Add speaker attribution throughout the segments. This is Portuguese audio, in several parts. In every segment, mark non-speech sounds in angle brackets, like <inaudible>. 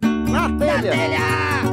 Speaker 1: Na telha!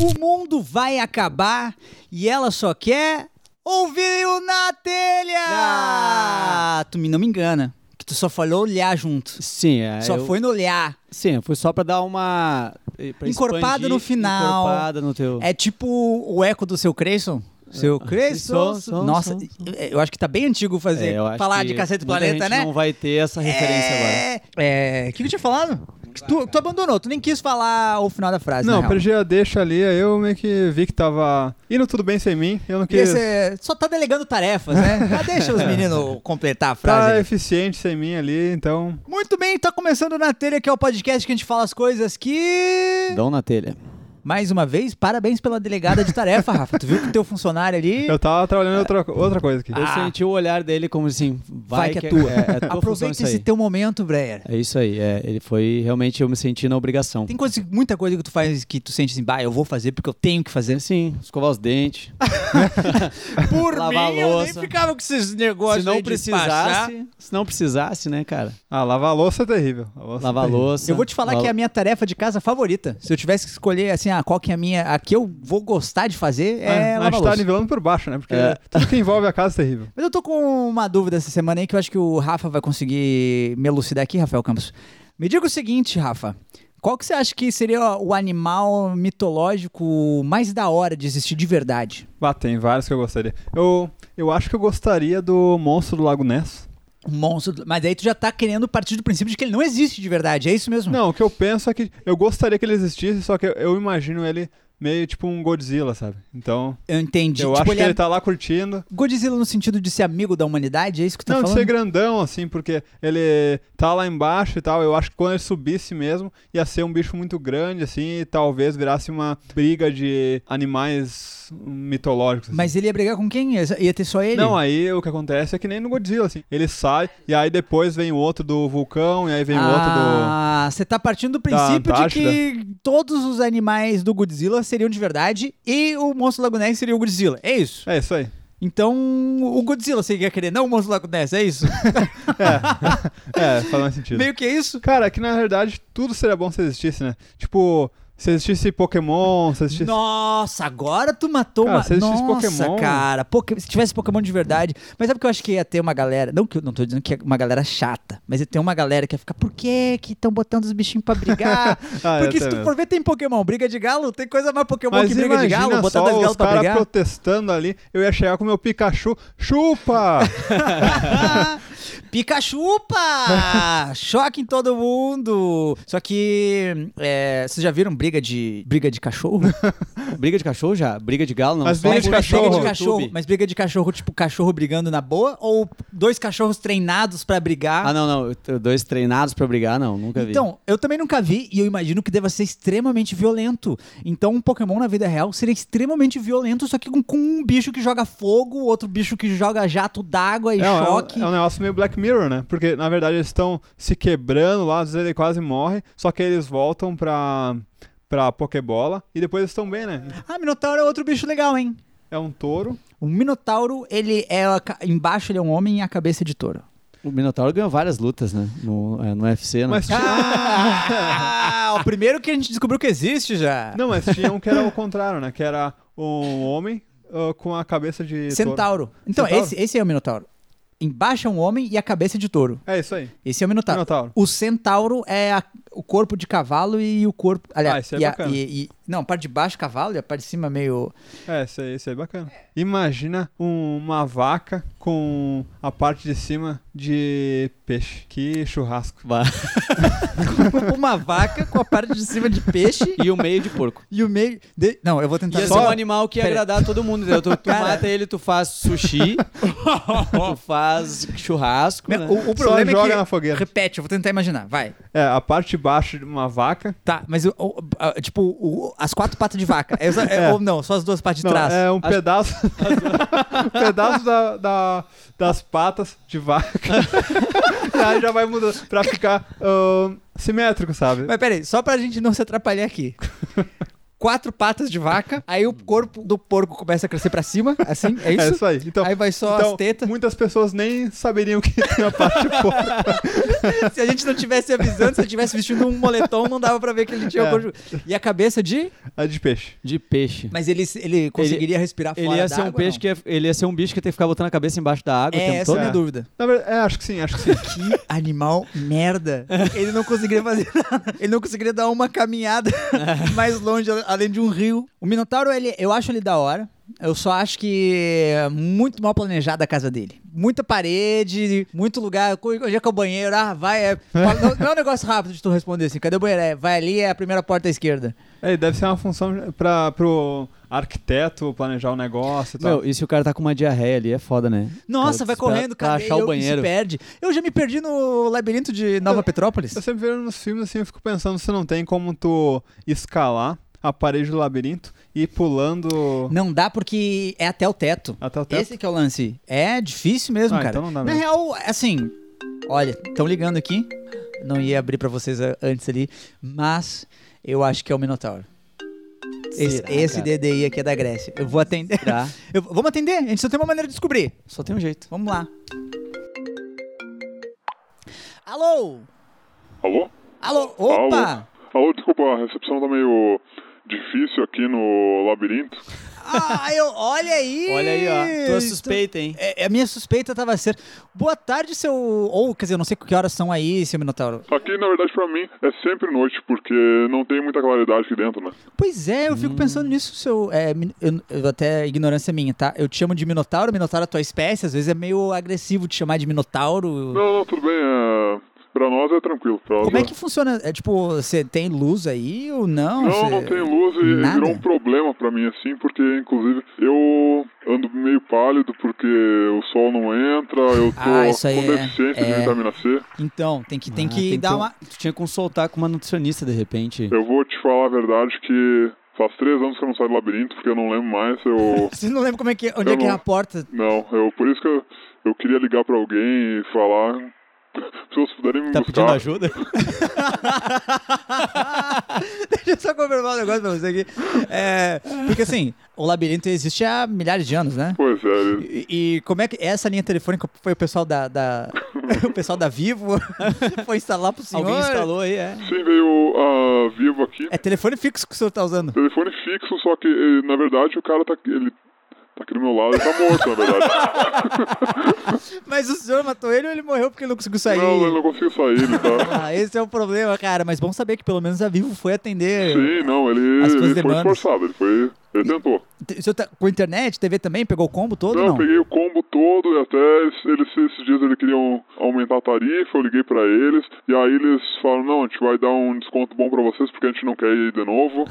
Speaker 2: O mundo vai acabar e ela só quer ouvir o na telha!
Speaker 1: Ah!
Speaker 2: Tu me não me engana, que tu só falou olhar junto.
Speaker 1: Sim, é,
Speaker 2: só
Speaker 1: eu-
Speaker 2: foi no olhar.
Speaker 1: Sim, foi só pra dar uma. eh, pra
Speaker 2: Encorpada
Speaker 1: expandir,
Speaker 2: no final.
Speaker 1: Encorpada no teu.
Speaker 2: É tipo o eco do seu Creyson. Seu Creyson.
Speaker 1: Som, som,
Speaker 2: Nossa,
Speaker 1: som.
Speaker 2: eu acho que tá bem antigo fazer.
Speaker 1: É, eu acho
Speaker 2: falar
Speaker 1: que
Speaker 2: de Cacete do
Speaker 1: muita
Speaker 2: Planeta,
Speaker 1: gente
Speaker 2: né?
Speaker 1: não vai ter essa referência agora.
Speaker 2: é... É, o que que eu tinha falado? Que Tu, tu abandonou, tu nem quis falar o final da frase.
Speaker 3: Não,
Speaker 2: na real.
Speaker 3: perdi a deixa ali, aí eu meio que vi que tava indo tudo bem sem mim, eu não
Speaker 2: Porque
Speaker 3: quis...
Speaker 2: você só tá delegando tarefas, <laughs> né? Já deixa os meninos completar a frase.
Speaker 3: Tá
Speaker 2: ali.
Speaker 3: eficiente sem mim ali, então...
Speaker 2: Muito bem, tá começando na telha, que é o podcast que a gente fala as coisas que.
Speaker 1: Dão na telha.
Speaker 2: Mais uma vez, parabéns pela delegada de tarefa, Rafa. Tu viu que o teu funcionário ali.
Speaker 3: Eu tava trabalhando em outra, outra coisa aqui.
Speaker 1: Eu
Speaker 2: Ah.
Speaker 1: senti o olhar dele como assim, vai,
Speaker 2: Vai que é tua.
Speaker 1: É, é tua função
Speaker 2: Aproveita
Speaker 1: isso aí.
Speaker 2: esse teu momento, Breyer.
Speaker 1: É isso aí, é, ele foi realmente eu me senti na obrigação.
Speaker 2: Tem coisa, muita coisa que tu faz que tu sente assim, bah, eu vou fazer porque eu tenho que fazer.
Speaker 1: Sim, escovar os dentes.
Speaker 2: <laughs> Por
Speaker 1: Lavar a
Speaker 2: eu nem
Speaker 1: louça.
Speaker 2: ficava com esses negócios
Speaker 1: se não
Speaker 2: aí de passar.
Speaker 1: precisasse, se não precisasse, né, cara?
Speaker 3: Ah, lavar a louça é terrível. louça é
Speaker 1: Lavar a
Speaker 3: terrível.
Speaker 1: louça.
Speaker 2: Eu vou te falar
Speaker 1: lavar-
Speaker 2: que é a minha tarefa de casa favorita. Se eu tivesse que escolher, assim, ah, qual que é a minha... A que eu vou gostar de fazer é,
Speaker 3: É, a
Speaker 2: lavar
Speaker 3: gente tá
Speaker 2: louça.
Speaker 3: nivelando por baixo, né? Porque
Speaker 1: É.
Speaker 3: tudo que envolve a casa é
Speaker 2: <laughs>
Speaker 3: terrível.
Speaker 2: Mas eu tô com uma dúvida essa semana aí que eu acho que o Rafa vai conseguir me elucidar aqui, Rafael Campos. Me diga o seguinte, Rafa. Qual que você acha que seria o animal mitológico mais da hora de existir de verdade?
Speaker 3: Ah, tem vários que eu gostaria. Eu, eu acho que eu gostaria do monstro do Lago Ness.
Speaker 2: Um monstro... do- Mas aí tu já tá querendo partir do princípio de que ele não existe de verdade, é isso mesmo?
Speaker 3: Não, o que eu penso é que eu gostaria que ele existisse, só que eu, eu imagino ele meio tipo um Godzilla, sabe? Então,
Speaker 2: Eu entendi.
Speaker 3: eu
Speaker 2: tipo,
Speaker 3: acho que
Speaker 2: é
Speaker 3: ele tá lá curtindo.
Speaker 2: Godzilla no sentido de ser amigo da humanidade, é isso que tu tá
Speaker 3: Não, de
Speaker 2: falando?
Speaker 3: ser grandão, assim, porque ele tá lá embaixo e tal. Eu acho que quando ele subisse mesmo, ia ser um bicho muito grande, assim, e talvez virasse uma briga de animais mitológicos. assim.
Speaker 2: Mas ele ia brigar com quem? Ia ia ter só ele?
Speaker 3: Não, aí o que acontece é que nem no Godzilla, assim. Ele sai, e aí depois vem o outro do vulcão, e aí vem o outro do.
Speaker 2: ah, você tá partindo do princípio de
Speaker 3: Antártida.
Speaker 2: que todos os animais do Godzilla seriam de verdade e o monstro Lago Ness seria o Godzilla. É isso.
Speaker 3: É isso aí.
Speaker 2: Então, o Godzilla você ia querer, não o monstro Lago Ness, é isso?
Speaker 3: É, faz mais sentido.
Speaker 2: Meio que é isso.
Speaker 3: Cara, que na verdade tudo seria bom se existisse, né? Tipo, se existisse Pokémon, se existisse.
Speaker 2: Nossa, agora tu matou
Speaker 3: Cara,
Speaker 2: uma.
Speaker 3: se existisse
Speaker 2: Nossa,
Speaker 3: Pokémon-
Speaker 2: cara. Poké- Se tivesse Pokémon de verdade. Mas sabe que eu acho que ia ter uma galera. Não que eu não tô dizendo que é uma galera chata, mas ia ter uma galera que ia ficar. Por que que estão botando os bichinhos pra brigar?
Speaker 3: <laughs> Ah,
Speaker 2: Porque
Speaker 3: eu
Speaker 2: se tu
Speaker 3: também.
Speaker 2: for ver, tem Pokémon. Briga de galo, tem coisa mais Pokémon
Speaker 3: Mas
Speaker 2: que briga de
Speaker 3: imagina
Speaker 2: galo. Botar
Speaker 3: só
Speaker 2: dois galos
Speaker 3: os
Speaker 2: pra
Speaker 3: caras
Speaker 2: brigar. <laughs>
Speaker 3: protestando ali, eu ia chegar com meu Pikachu,
Speaker 2: <laughs>
Speaker 3: chupa!
Speaker 2: Pikachupa! Choque em todo mundo! Só que. é, vocês já viram briga de. briga de cachorro?
Speaker 1: Briga de cachorro já? Briga de galo, não.
Speaker 3: Mas
Speaker 1: só
Speaker 3: briga de
Speaker 1: por-
Speaker 3: cachorro.
Speaker 2: Briga de
Speaker 1: YouTube.
Speaker 2: cachorro mas briga de cachorro, tipo, cachorro brigando na boa? Ou dois cachorros treinados pra brigar?
Speaker 1: Ah, não, não. eu- Dois treinados pra brigar, não. Nunca vi.
Speaker 2: Então, eu também nunca vi e eu imagino que deva ser extremamente violento. Então, um Pokémon na vida real seria extremamente violento, só que com, com um bicho que joga fogo, outro bicho que joga jato d'água e
Speaker 3: É um, é um-
Speaker 2: choque.
Speaker 3: é um negócio meio Black Mirror, né? Porque na verdade eles estão se quebrando lá, às vezes ele quase morre, só que eles voltam pra, pra Pokébola e depois eles estão bem, né?
Speaker 2: Ah, Minotauro é outro bicho legal, hein?
Speaker 3: É um touro.
Speaker 2: O Minotauro, ele é. a ca- Embaixo ele é um homem e a cabeça é de touro.
Speaker 1: O Minotauro ganhou várias lutas, né? No, é, no UFC, né?
Speaker 3: Mas tinha,
Speaker 2: Ah, <laughs> o primeiro que a gente descobriu que existe já.
Speaker 3: <laughs> Não, mas tinha um que era o contrário, né? Que era um homem ah, com a cabeça de touro.
Speaker 2: Centauro. Então,
Speaker 3: Centauro?
Speaker 2: Esse, esse é o Minotauro. Embaixo é um homem e a cabeça é de touro.
Speaker 3: É isso aí.
Speaker 2: Esse é o Minotauro.
Speaker 3: Minotauro.
Speaker 2: O centauro é a- o corpo de cavalo e o corpo. Aliás,
Speaker 3: Ah, isso é
Speaker 2: e a-
Speaker 3: bacana.
Speaker 2: e- e- não, a parte de baixo cavalo e a parte de cima
Speaker 3: <laughs>
Speaker 2: meio.
Speaker 3: É, isso aí, isso aí é bacana. Imagina um- uma vaca com a parte de cima de peixe. Que churrasco.
Speaker 1: Vai.
Speaker 2: Uma vaca com a parte de cima de peixe
Speaker 1: E o meio de porco.
Speaker 2: e o meio. de- Não, eu vou tentar.
Speaker 1: Ia ser
Speaker 2: só-
Speaker 3: é
Speaker 1: um animal que ia
Speaker 2: Pera-
Speaker 1: agradar todo mundo. entendeu? Tu, tu
Speaker 2: Cara.
Speaker 1: mata ele, tu faz <laughs> sushi, tu faz churrasco. Né?
Speaker 2: O, o
Speaker 3: Só
Speaker 2: problema
Speaker 3: joga
Speaker 2: é que.
Speaker 3: na fogueira.
Speaker 2: Repete, eu vou tentar imaginar. Vai.
Speaker 3: É, a parte de baixo de uma vaca.
Speaker 2: Tá, mas o- o- a- tipo, o- as quatro patas de vaca. É só- é-
Speaker 3: <laughs> É.
Speaker 2: Ou não, só as duas partes de
Speaker 3: Não,
Speaker 2: trás.
Speaker 3: é um
Speaker 2: <laughs>
Speaker 1: Acho-
Speaker 3: pedaço. um pedaço da, da- das patas
Speaker 2: <laughs>
Speaker 3: de vaca. e aí já vai mudando pra ficar ah, simétrico, sabe?
Speaker 1: <laughs>
Speaker 2: Mas peraí, só pra gente não se atrapalhar aqui. quatro patas de vaca, aí o corpo do porco começa a crescer pra cima, assim, é isso?
Speaker 3: É
Speaker 1: <laughs>
Speaker 3: isso aí. Então,
Speaker 2: aí vai só
Speaker 3: então,
Speaker 2: as tetas. <laughs>
Speaker 3: muitas pessoas nem saberiam que é tem a parte de porco.
Speaker 2: Se a gente não tivesse avisando, se eu tivesse vestindo um moletom, não dava pra ver que ele tinha
Speaker 3: É.
Speaker 2: o corpo. E a cabeça de.
Speaker 3: A <laughs> de peixe.
Speaker 1: De peixe.
Speaker 2: Mas ele, ele conseguiria respirar fora
Speaker 1: Ele ia
Speaker 2: da
Speaker 1: ser um
Speaker 2: água,
Speaker 1: peixe
Speaker 2: não?
Speaker 1: que ia, ele ia ser um bicho que ia ter que ficar botando a cabeça embaixo da água o
Speaker 2: É,
Speaker 1: tempo
Speaker 2: essa é a
Speaker 1: todo.
Speaker 2: minha
Speaker 3: É.
Speaker 2: dúvida.
Speaker 3: Na verdade, é, acho que sim, acho que sim.
Speaker 2: Que animal merda. Ele não conseguiria fazer <laughs> nada. Ele não conseguiria dar uma <laughs> caminhada mais longe, a- além de um rio. O Minotauro, ele, eu acho ele da hora. Eu só acho que é muito mal planejada a casa dele. Muita parede, muito lugar. co- Onde é que é o banheiro? Ah, vai. É... Não, não é um negócio rápido de tu responder assim. Cadê o banheiro? É, vai ali, é a primeira porta à esquerda.
Speaker 3: É, e deve ser uma função para pro arquiteto planejar o negócio e tal.
Speaker 1: Meu, e se o cara tá com uma diarreia ali, é foda, né?
Speaker 2: Nossa,
Speaker 1: Cara,
Speaker 2: vai
Speaker 1: pra-
Speaker 2: correndo,
Speaker 1: pra
Speaker 2: cara.
Speaker 1: achar
Speaker 2: eu-
Speaker 1: o
Speaker 2: e
Speaker 1: banheiro.
Speaker 2: Se perde. Eu já me perdi no labirinto de <laughs> Nova Petrópolis.
Speaker 3: Eu sempre vejo nos filmes assim, eu fico pensando se não tem como tu escalar a parede do labirinto e ir pulando
Speaker 2: Não dá porque é até o teto.
Speaker 3: até o teto.
Speaker 2: Esse que é o lance. É difícil mesmo,
Speaker 3: Ah,
Speaker 2: cara.
Speaker 3: então não dá
Speaker 2: Na
Speaker 3: mesmo.
Speaker 2: real, assim, olha, estão ligando aqui. Não ia abrir pra vocês a- antes ali, mas eu acho que é o Minotauro. Esse,
Speaker 1: Será,
Speaker 2: esse
Speaker 1: cara?
Speaker 2: DDI aqui é da Grécia. Eu vou atender.
Speaker 1: Tá.
Speaker 2: <laughs> Eu- vamos atender? A gente só tem uma maneira de descobrir.
Speaker 1: Só tem um jeito.
Speaker 2: Vamos lá. Alô?
Speaker 4: Alô?
Speaker 2: Alô? Opa!
Speaker 4: Alô, desculpa, a recepção tá meio difícil aqui no labirinto.
Speaker 2: Ah, eu, olha aí!
Speaker 1: Olha aí, ó. Tua
Speaker 2: Então-
Speaker 1: suspeita, hein?
Speaker 2: É, a minha suspeita estava certa. Boa tarde, seu. Ou, quer dizer, eu não sei que horas são aí, seu Minotauro.
Speaker 4: Aqui, na verdade, pra mim é sempre noite, porque não tem muita claridade aqui dentro, né?
Speaker 2: Pois é, eu
Speaker 1: Hum.
Speaker 2: fico pensando nisso, seu. É, min- eu, eu até ignorância minha, tá? Eu te chamo de Minotauro, Minotauro é a tua espécie, às vezes é meio agressivo te chamar de Minotauro.
Speaker 4: Não, não, tudo bem, é... pra nós é tranquilo. Pra nós
Speaker 2: Como é
Speaker 4: é-
Speaker 2: que funciona? É tipo, você tem luz aí ou não?
Speaker 4: Não,
Speaker 2: Você-
Speaker 4: não tem luz e
Speaker 2: Nada?
Speaker 4: virou um problema pra mim, assim, porque, inclusive, eu ando meio pálido porque o sol não entra, eu tô
Speaker 2: Ah, isso aí
Speaker 4: com
Speaker 2: é-
Speaker 4: deficiência
Speaker 2: é.
Speaker 4: de vitamina C.
Speaker 2: Então, tem que, tem
Speaker 1: Ah,
Speaker 2: que dar
Speaker 1: ter um-
Speaker 2: uma. <laughs>
Speaker 1: Tu tinha que consultar com uma nutricionista, de repente.
Speaker 4: Eu vou te falar a verdade que faz três anos que eu não saio do labirinto, porque eu não lembro mais, eu...
Speaker 2: Você não lembra como é que, onde
Speaker 4: Eu
Speaker 2: é que é
Speaker 4: não-
Speaker 2: a porta? <laughs>
Speaker 4: Não, eu, por isso que eu, eu queria ligar pra alguém e falar. Se vocês puderem me
Speaker 1: Tá
Speaker 4: buscar.
Speaker 1: pedindo ajuda?
Speaker 2: Deixa eu só confirmar um negócio pra você aqui. É, porque assim, o labirinto existe há milhares de anos, né?
Speaker 4: Pois é, ele-
Speaker 2: E, e como é que essa linha telefônica foi o pessoal da, da- <laughs> o pessoal da Vivo <laughs> foi instalar pro senhor?
Speaker 1: Alguém instalou aí, é.
Speaker 4: sim, veio a Vivo aqui.
Speaker 2: É telefone fixo que o senhor tá usando.
Speaker 4: Telefone fixo, só que eh, na verdade o cara tá aqui. Ele tá aqui do meu lado, ele tá morto, na verdade.
Speaker 2: Mas o senhor matou ele ou ele morreu porque ele não conseguiu sair?
Speaker 4: Não, eu não consigo sair, ele tá.
Speaker 2: <laughs> Ah, esse é o problema, cara. Mas bom saber que pelo menos a Vivo foi atender.
Speaker 4: Sim, não, ele,
Speaker 2: As suas
Speaker 4: ele foi
Speaker 2: demandas.
Speaker 4: esforçado, ele foi. Ele tentou.
Speaker 2: O senhor tá com internet, TV também? Pegou o combo todo?
Speaker 4: Não, eu
Speaker 2: Não.
Speaker 4: peguei o combo todo e até eles, eles esses dias eles queriam aumentar a tarifa, eu liguei pra eles, e aí eles falaram, não, a gente vai dar um desconto bom pra vocês porque a gente não quer ir de novo.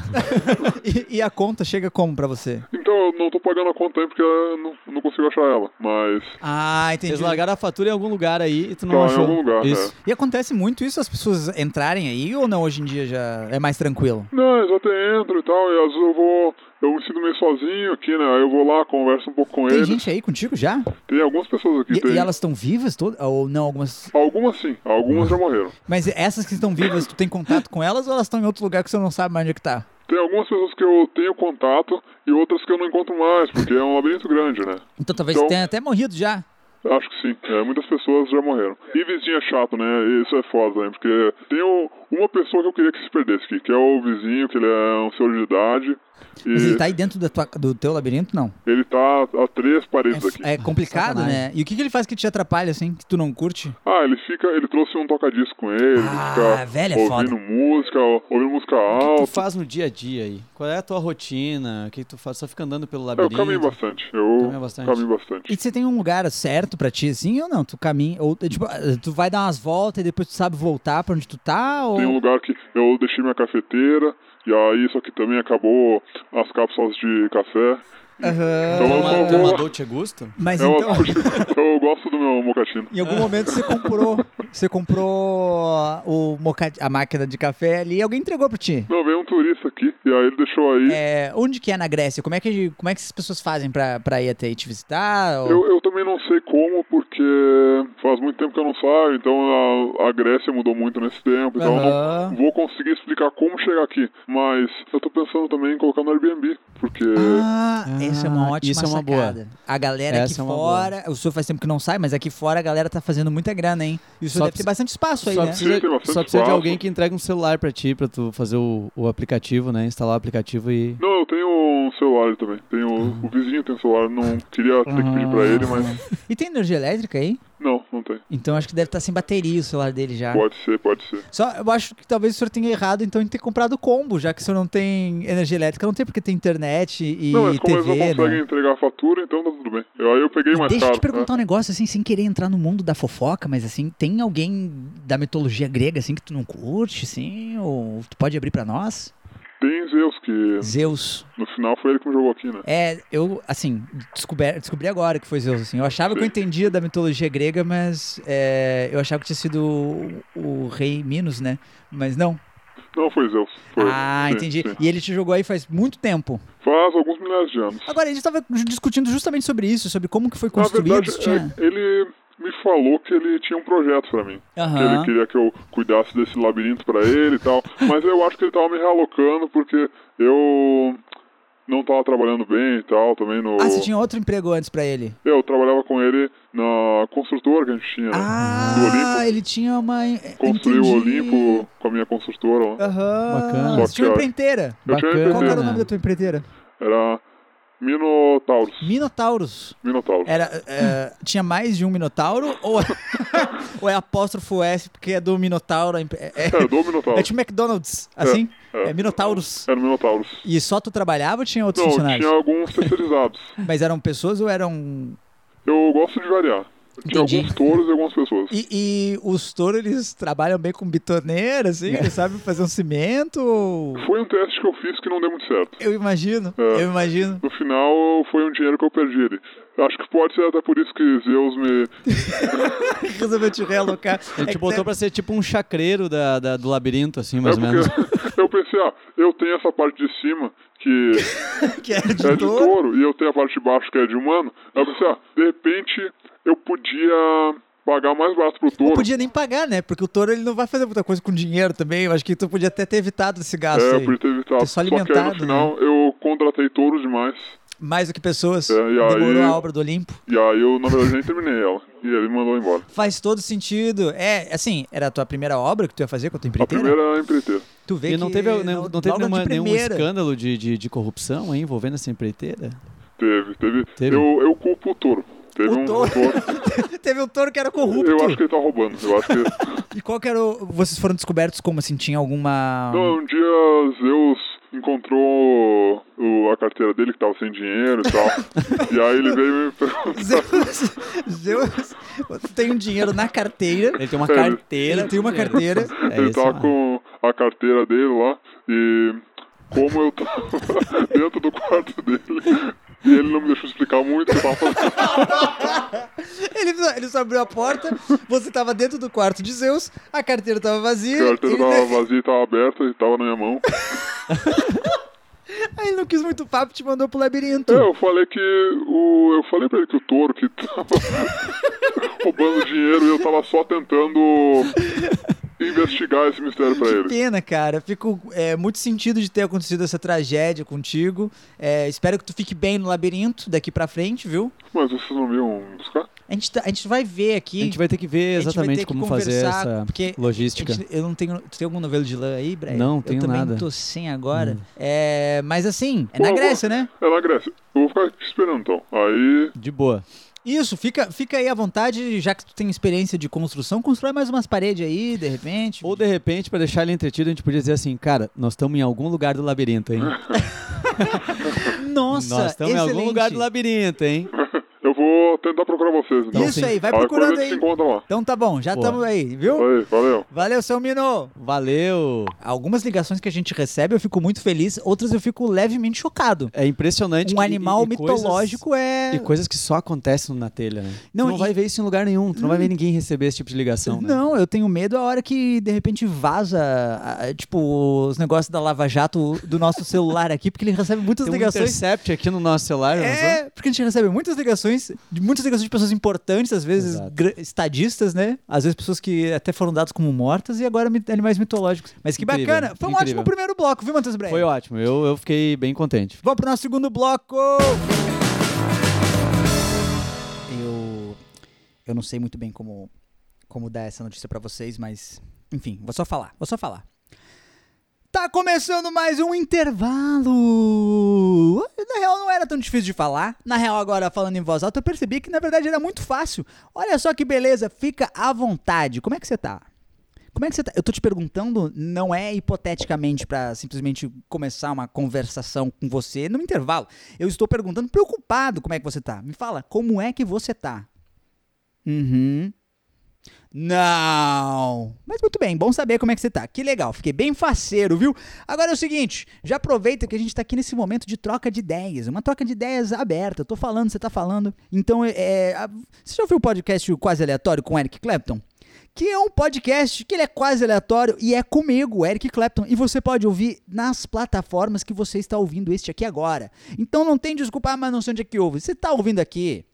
Speaker 2: E, e a conta chega como pra você?
Speaker 4: Então, eu não tô pagando a conta aí porque eu não, não consigo achar ela, mas
Speaker 2: Ah, entendi.
Speaker 1: Eles largaram a fatura em algum lugar aí e tu não
Speaker 4: tá
Speaker 1: achou.
Speaker 4: em algum lugar,
Speaker 1: Isso.
Speaker 4: né?
Speaker 2: E acontece muito isso, as pessoas entrarem aí ou não? Hoje em dia já é mais tranquilo?
Speaker 4: Não, eu já até entro e tal, e às vezes eu vou, eu me sinto meio sozinho aqui, né, aí eu vou lá, converso um pouco com
Speaker 2: Tem
Speaker 4: eles.
Speaker 2: gente aí contigo já?
Speaker 4: Tem algumas pessoas aqui,
Speaker 2: E,
Speaker 4: tem.
Speaker 2: e elas estão vivas todas? Ou não, algumas
Speaker 4: Algumas sim, algumas já morreram.
Speaker 2: Mas essas que estão vivas, tu tem contato com elas ou elas estão em outro lugar que você não sabe mais onde é que tá?
Speaker 4: Tem algumas pessoas que eu tenho contato e outras que eu não encontro mais, porque é um labirinto grande, né.
Speaker 2: Então talvez
Speaker 4: Então-
Speaker 2: tenha até morrido já.
Speaker 4: Acho que sim. É, muitas pessoas já morreram. E vizinho é chato, né? Isso é foda também, porque tem o- uma pessoa que eu queria que se perdesse aqui, que é o vizinho, que ele é um senhor de idade. E
Speaker 2: Mas ele tá aí dentro da tua- do teu labirinto, não.
Speaker 4: ele tá a três paredes aqui.
Speaker 2: É, é complicado,
Speaker 1: Sacanagem.
Speaker 2: né? E o que, que ele faz que te atrapalha, assim, que tu não curte?
Speaker 4: Ah, ele fica. Ele trouxe um toca-disco com
Speaker 2: Ah,
Speaker 4: ele, ele fica
Speaker 2: velho, é
Speaker 4: ouvindo
Speaker 2: foda.
Speaker 4: música, ouvindo música
Speaker 1: O que tu
Speaker 4: alta.
Speaker 1: faz no dia a dia aí? Qual é a tua rotina? O que tu faz? Só fica andando pelo
Speaker 4: Eu
Speaker 1: labirinto?
Speaker 4: caminho bastante. Eu
Speaker 1: Caminha bastante.
Speaker 4: caminho bastante.
Speaker 2: E você tem um lugar certo pra ti, assim, ou não? Tu caminha, ou tipo, tu vai dar umas voltas e depois tu sabe voltar pra onde tu tá, ou...
Speaker 4: Tem um lugar que eu deixei minha cafeteira, e aí só que também acabou as cápsulas de café.
Speaker 2: Aham.
Speaker 4: Então
Speaker 1: Tem
Speaker 4: eu
Speaker 1: é uma,
Speaker 4: só
Speaker 1: tem uma
Speaker 4: vou-
Speaker 1: Dolce Gusto?
Speaker 2: Mas
Speaker 4: eu,
Speaker 2: então...
Speaker 4: <laughs> eu gosto do meu mocatino.
Speaker 2: Em algum momento você comprou, você comprou o moca- a máquina de café ali e alguém entregou pra ti.
Speaker 4: Não, veio um turista aqui e E aí ele deixou aí.
Speaker 2: É, onde que é na Grécia? Como é que, como é que as pessoas fazem pra, pra ir até aí te visitar? Ou-
Speaker 4: Eu, eu também não sei como, porque faz muito tempo que eu não saio, então a, a Grécia mudou muito nesse tempo, então eu
Speaker 2: Aham.
Speaker 4: não vou conseguir explicar como chegar aqui. Mas eu tô pensando também em colocar no Airbnb, porque.
Speaker 2: Ah, essa é uma
Speaker 1: Ah,
Speaker 2: ótima
Speaker 1: isso é uma boa.
Speaker 2: sacada. A galera aqui
Speaker 1: Essa é uma boa.
Speaker 2: fora, o senhor faz tempo que não sai, mas aqui fora a galera tá fazendo muita grana, hein? E o senhor
Speaker 1: Só
Speaker 2: deve ter
Speaker 1: precisa-
Speaker 2: bastante espaço aí,
Speaker 1: Só
Speaker 2: né?
Speaker 1: precisa,
Speaker 4: Sim, tem bastante
Speaker 1: só precisa de
Speaker 4: espaço.
Speaker 1: alguém que entregue um celular pra ti, pra tu fazer o, o aplicativo, né? Instalar o aplicativo e.
Speaker 4: Não, eu tenho um celular também. Tenho, O vizinho tem um celular, não queria ter que pedir pra ele,
Speaker 1: Ah,
Speaker 4: mas.
Speaker 2: E tem energia elétrica aí?
Speaker 4: Não, não tem.
Speaker 2: Então acho que deve estar sem bateria o celular dele já.
Speaker 4: Pode ser, pode ser.
Speaker 2: Só, eu acho que talvez o senhor tenha errado então em ter comprado o combo, já que o senhor não tem energia elétrica, não tem porque tem internet e
Speaker 4: não, mas como
Speaker 2: TV,
Speaker 4: eles não conseguem
Speaker 2: né?
Speaker 4: entregar a fatura, então tá tudo bem. Eu- Aí eu peguei mais
Speaker 2: Deixa eu
Speaker 4: caro.
Speaker 2: te perguntar um negócio, assim, sem querer entrar no mundo da fofoca, mas assim, tem alguém da mitologia grega, assim, que tu não curte, assim, ou tu pode abrir pra nós?
Speaker 4: né? Tem Zeus, que
Speaker 2: Zeus.
Speaker 4: no final foi ele que me jogou aqui, né?
Speaker 2: É, eu, assim, descobri, descobri agora que foi Zeus, assim. Eu achava que eu entendia da mitologia grega, mas é, eu achava que tinha sido o, o rei Minos, né? Mas não.
Speaker 4: Não, foi Zeus. Foi.
Speaker 2: ah,
Speaker 4: Sim,
Speaker 2: entendi.
Speaker 4: sim.
Speaker 2: E ele te jogou aí faz muito tempo.
Speaker 4: Faz alguns milhares de anos.
Speaker 2: Agora, a gente tava ju- discutindo justamente sobre isso, sobre como que foi
Speaker 4: Na
Speaker 2: construído.
Speaker 4: verdade,
Speaker 2: se tinha...
Speaker 4: é, ele me falou que ele tinha um projeto pra mim. Que
Speaker 2: Aham.
Speaker 4: ele queria que eu cuidasse desse labirinto pra ele e tal. Mas eu acho que ele tava me realocando porque eu não tava trabalhando bem e tal também no.
Speaker 2: Ah, você tinha outro emprego antes pra ele.
Speaker 4: Eu trabalhava com ele na construtora que a gente tinha, né? Do
Speaker 2: Ah,
Speaker 4: Olimpo.
Speaker 2: ele tinha uma.
Speaker 4: Construiu o
Speaker 2: entendi.
Speaker 4: Olimpo com a minha construtora
Speaker 2: Ah.
Speaker 4: lá.
Speaker 2: Aham.
Speaker 1: Bacana.
Speaker 2: Você tinha uma
Speaker 4: Só que, ó,
Speaker 2: empreiteira.
Speaker 4: Eu tinha
Speaker 1: Bacana.
Speaker 2: Qual que era o nome da tua empreiteira?
Speaker 4: Era Minotaurus.
Speaker 2: Minotauros.
Speaker 4: Minotaurus.
Speaker 2: Era, é, tinha mais de um Minotauro? Ou, <laughs> ou é apóstrofo S porque é do Minotauro? a empre- É,
Speaker 4: Era do
Speaker 2: é, é
Speaker 4: Minotaurus.
Speaker 2: tipo McDonald's, assim?
Speaker 4: é.
Speaker 2: É Minotauros.
Speaker 4: Era o Minotaurus.
Speaker 2: E só tu trabalhava ou tinha outros
Speaker 4: Não,
Speaker 2: funcionários?
Speaker 4: tinha alguns terceirizados.
Speaker 2: Mas eram pessoas ou eram.
Speaker 4: Eu gosto de variar. Tinha
Speaker 2: Entendi.
Speaker 4: alguns touros e algumas pessoas.
Speaker 2: E, e os touros, eles trabalham bem com bitoneira, assim?
Speaker 1: É.
Speaker 2: Eles sabem fazer um cimento? ou-
Speaker 4: Foi um teste que eu fiz que não deu muito certo.
Speaker 2: Eu imagino,
Speaker 4: É.
Speaker 2: eu imagino.
Speaker 4: No final, foi um dinheiro que eu perdi ali. Acho que pode ser até por isso que Zeus me...
Speaker 2: Resolveu te
Speaker 1: <laughs>
Speaker 2: realocar. É
Speaker 1: Ele
Speaker 2: que
Speaker 1: te botou
Speaker 2: deve-
Speaker 1: pra ser tipo um chacreiro da, da- do labirinto, assim,
Speaker 4: É
Speaker 1: mais ou menos.
Speaker 4: porque <laughs> eu pensei, ah, eu tenho essa parte de cima que
Speaker 2: tá-
Speaker 1: <laughs>
Speaker 2: que era de
Speaker 4: é de
Speaker 2: touro.
Speaker 4: touro e eu tenho a parte de baixo que é de humano. Aí eu pensei, ah, de repente eu podia pagar mais barato pro touro.
Speaker 2: Não podia nem pagar, né? Porque o touro ele não vai fazer muita coisa com dinheiro também. Eu acho que tu podia até ter evitado esse gasto
Speaker 4: É, eu
Speaker 2: aí.
Speaker 4: podia ter evitado.
Speaker 2: Ter ah, só
Speaker 4: que aí no
Speaker 2: alimentado, né?
Speaker 4: final eu contratei touros demais.
Speaker 2: Mais do que pessoas.
Speaker 4: É, e
Speaker 2: demorou
Speaker 4: aí-
Speaker 2: a obra do Olimpo.
Speaker 4: E aí eu, na verdade, nem terminei ela. E ele me mandou embora.
Speaker 2: Faz todo sentido. É, assim, era a tua primeira obra que tu ia fazer com a tua
Speaker 4: A
Speaker 2: empreiteira?
Speaker 4: primeira é empreiteira.
Speaker 2: Tu vê
Speaker 1: <laughs> E não
Speaker 2: que
Speaker 1: teve, não, não teve
Speaker 2: logo de
Speaker 1: nenhuma- nenhum
Speaker 2: primeira.
Speaker 1: escândalo de, de, de corrupção aí envolvendo essa empreiteira?
Speaker 4: Teve, teve.
Speaker 1: Teve?
Speaker 4: Eu, eu culpo o touro. Teve
Speaker 2: O
Speaker 4: um
Speaker 2: touro.
Speaker 1: <laughs>
Speaker 4: touro.
Speaker 2: Teve um touro que era corrupto.
Speaker 4: Eu acho que ele tá roubando. Eu acho que.
Speaker 1: <laughs>
Speaker 2: E qual que era o... Vocês foram descobertos como, assim, tinha alguma...
Speaker 4: Não, um dia Zeus encontrou o- a carteira dele que tava sem dinheiro
Speaker 1: <laughs>
Speaker 4: e tal. e aí ele veio me perguntar.
Speaker 2: Zeus, <laughs> Zeus tem um dinheiro na carteira.
Speaker 1: Ele tem uma
Speaker 4: Ele-
Speaker 1: carteira.
Speaker 2: Ele tem uma carteira.
Speaker 4: <laughs>
Speaker 1: É
Speaker 4: ele
Speaker 1: isso,
Speaker 4: tava
Speaker 1: mano.
Speaker 4: com a carteira dele lá e como eu tava <laughs> dentro do quarto dele e ele não me deixou explicar muito, eu tava
Speaker 1: <laughs>
Speaker 4: fazendo
Speaker 2: Ele, só- ele só abriu a porta, você tava dentro do quarto de Zeus, a carteira tava vazia.
Speaker 4: a carteira
Speaker 2: ele,
Speaker 4: tava vazia e tava aberta e tava na minha mão.
Speaker 2: Aí ele não quis muito papo, te mandou pro labirinto.
Speaker 4: É, eu falei que o. Eu falei pra ele que o touro que tava <laughs> roubando dinheiro e eu tava só tentando investigar esse mistério pra
Speaker 2: Que
Speaker 4: ele.
Speaker 2: pena, cara. Fico é, muito sentido de ter acontecido essa tragédia contigo. É, espero que tu fique bem no labirinto daqui pra frente, viu?
Speaker 4: Mas vocês não um iam buscar?
Speaker 2: A gente, tá- a gente vai ver aqui.
Speaker 1: A gente vai ter que ver
Speaker 2: a gente vai
Speaker 1: exatamente
Speaker 2: ter que
Speaker 1: como fazer
Speaker 2: conversar,
Speaker 1: essa
Speaker 2: porque
Speaker 1: logística.
Speaker 2: A gente- eu não tenho. Tu tem algum novelo de lã aí, Brian?
Speaker 1: Não,
Speaker 2: eu
Speaker 1: tenho
Speaker 2: também
Speaker 1: nada. Hum.
Speaker 2: tô sem agora. É, mas assim, é
Speaker 4: Pô,
Speaker 2: na
Speaker 4: eu vou-
Speaker 2: Grécia, né?
Speaker 4: É na Grécia. Eu vou ficar aqui esperando então. Aí.
Speaker 1: De boa.
Speaker 2: Isso, fica, fica aí à vontade, já que tu tem experiência de construção, constrói mais umas paredes aí, de repente.
Speaker 1: Ou de repente, pra deixar ele entretido, a gente podia dizer assim, cara, nós estamos em algum lugar do labirinto, hein?
Speaker 2: Nossa,
Speaker 1: nós estamos em algum
Speaker 2: excelente.
Speaker 1: lugar do labirinto, hein?
Speaker 4: Eu vou vou tentar procurar vocês. Então.
Speaker 2: Isso aí, vai
Speaker 4: Qualquer coisa
Speaker 2: procurando
Speaker 4: a gente
Speaker 2: aí.
Speaker 4: se encontra lá.
Speaker 2: Então tá bom, já
Speaker 1: Boa.
Speaker 2: estamos aí, viu?
Speaker 4: Aí, valeu.
Speaker 2: Valeu, seu Mino!
Speaker 1: Valeu!
Speaker 2: Algumas ligações que a gente recebe eu fico muito feliz, outras eu fico levemente chocado.
Speaker 1: É impressionante.
Speaker 2: Um
Speaker 1: que-
Speaker 2: animal
Speaker 1: e- e coisas-
Speaker 2: mitológico é.
Speaker 1: E coisas que só acontecem na telha, né?
Speaker 2: Não, e-
Speaker 1: Não, tu não
Speaker 2: Hum.
Speaker 1: vai ver isso em lugar nenhum. Tu não vai ver ninguém receber esse tipo de ligação, né?
Speaker 2: Não, eu tenho medo a hora que de repente vaza, ah, tipo, os negócios da Lava Jato do nosso <laughs> celular aqui, porque ele recebe muitas
Speaker 1: Tem um
Speaker 2: ligações.
Speaker 1: intercept aqui no nosso celular. É...
Speaker 2: É, porque a gente recebe muitas ligações, de muitas ligações de pessoas importantes, às vezes
Speaker 1: Exato.
Speaker 2: gra- estadistas, né? Às vezes pessoas que até foram dadas como mortas e agora mi- animais mitológicos. Mas que
Speaker 1: Incrível,
Speaker 2: bacana! Foi um
Speaker 1: incrível.
Speaker 2: ótimo primeiro bloco, viu, Matheus Breyer?
Speaker 1: Foi ótimo. Eu, eu fiquei bem contente.
Speaker 2: Vamos pro nosso segundo bloco! Eu. Eu não sei muito bem como, como dar essa notícia pra vocês, mas. Enfim, vou só falar, vou só falar. Tá começando mais um intervalo! Na real, não era tão difícil de falar. Na real, agora falando em voz alta, eu percebi que na verdade era muito fácil. Olha só que beleza, fica à vontade. Como é que você tá? Como é que você tá? Eu tô te perguntando, não é hipoteticamente pra simplesmente começar uma conversação com você no intervalo. Eu estou perguntando preocupado como é que você tá. Me fala, como é que você tá? Uhum. Não! Mas muito bem, bom saber como é que você tá. Que legal, fiquei bem faceiro, viu? Agora é o seguinte, já aproveita que a gente tá aqui nesse momento de troca de ideias, uma troca de ideias aberta. Eu tô falando, você tá falando. Então, é, é, a- você já ouviu o podcast Quase Aleatório com Eric Clapton? Que é um podcast que ele é quase aleatório e é comigo, Eric Clapton, e você pode ouvir nas plataformas que você está ouvindo este aqui agora. Então não tem desculpa, ah, mas não sei onde é que ouve. Você está ouvindo aqui?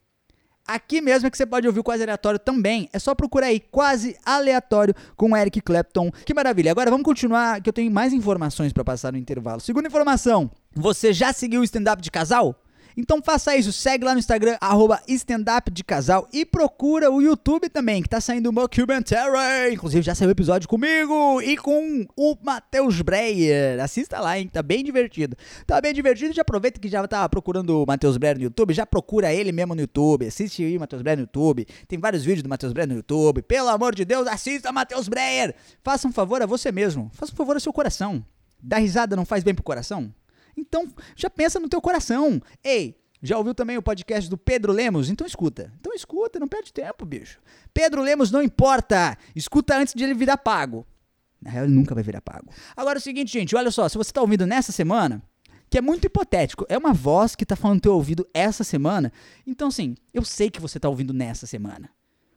Speaker 2: Aqui mesmo é que você pode ouvir o Quase Aleatório também. É só procurar aí, Quase Aleatório com o Eric Clapton. Que maravilha. Agora vamos continuar, que eu tenho mais informações para passar no intervalo. Segunda informação, você já seguiu o stand-up de casal? Então faça isso, segue lá no Instagram, arroba stand-up de casal e procura o YouTube também, que tá saindo o Mockumentary. Inclusive já saiu o episódio comigo e com o Matheus Breyer. Assista lá, hein? Tá bem divertido. Tá bem divertido, já aproveita que já tá procurando o Matheus Breyer no YouTube, já procura ele mesmo no YouTube. Assiste aí o Matheus Breyer no YouTube. Tem vários vídeos do Matheus Breyer no YouTube. Pelo amor de Deus, assista Matheus Breyer. Faça um favor a você mesmo. Faça um favor ao seu coração. Dar risada não faz bem pro coração? Então, já pensa no teu coração. Ei, já ouviu também o podcast do Pedro Lemos? Então escuta. Então escuta, não perde tempo, bicho. Pedro Lemos não importa. Escuta antes de ele virar pago. Na real, ele nunca vai virar pago. Agora é o seguinte, gente, olha só, se você tá ouvindo nessa semana, que é muito hipotético, é uma voz que tá falando no teu ouvido essa semana. Então, assim, eu sei que você tá ouvindo nessa semana.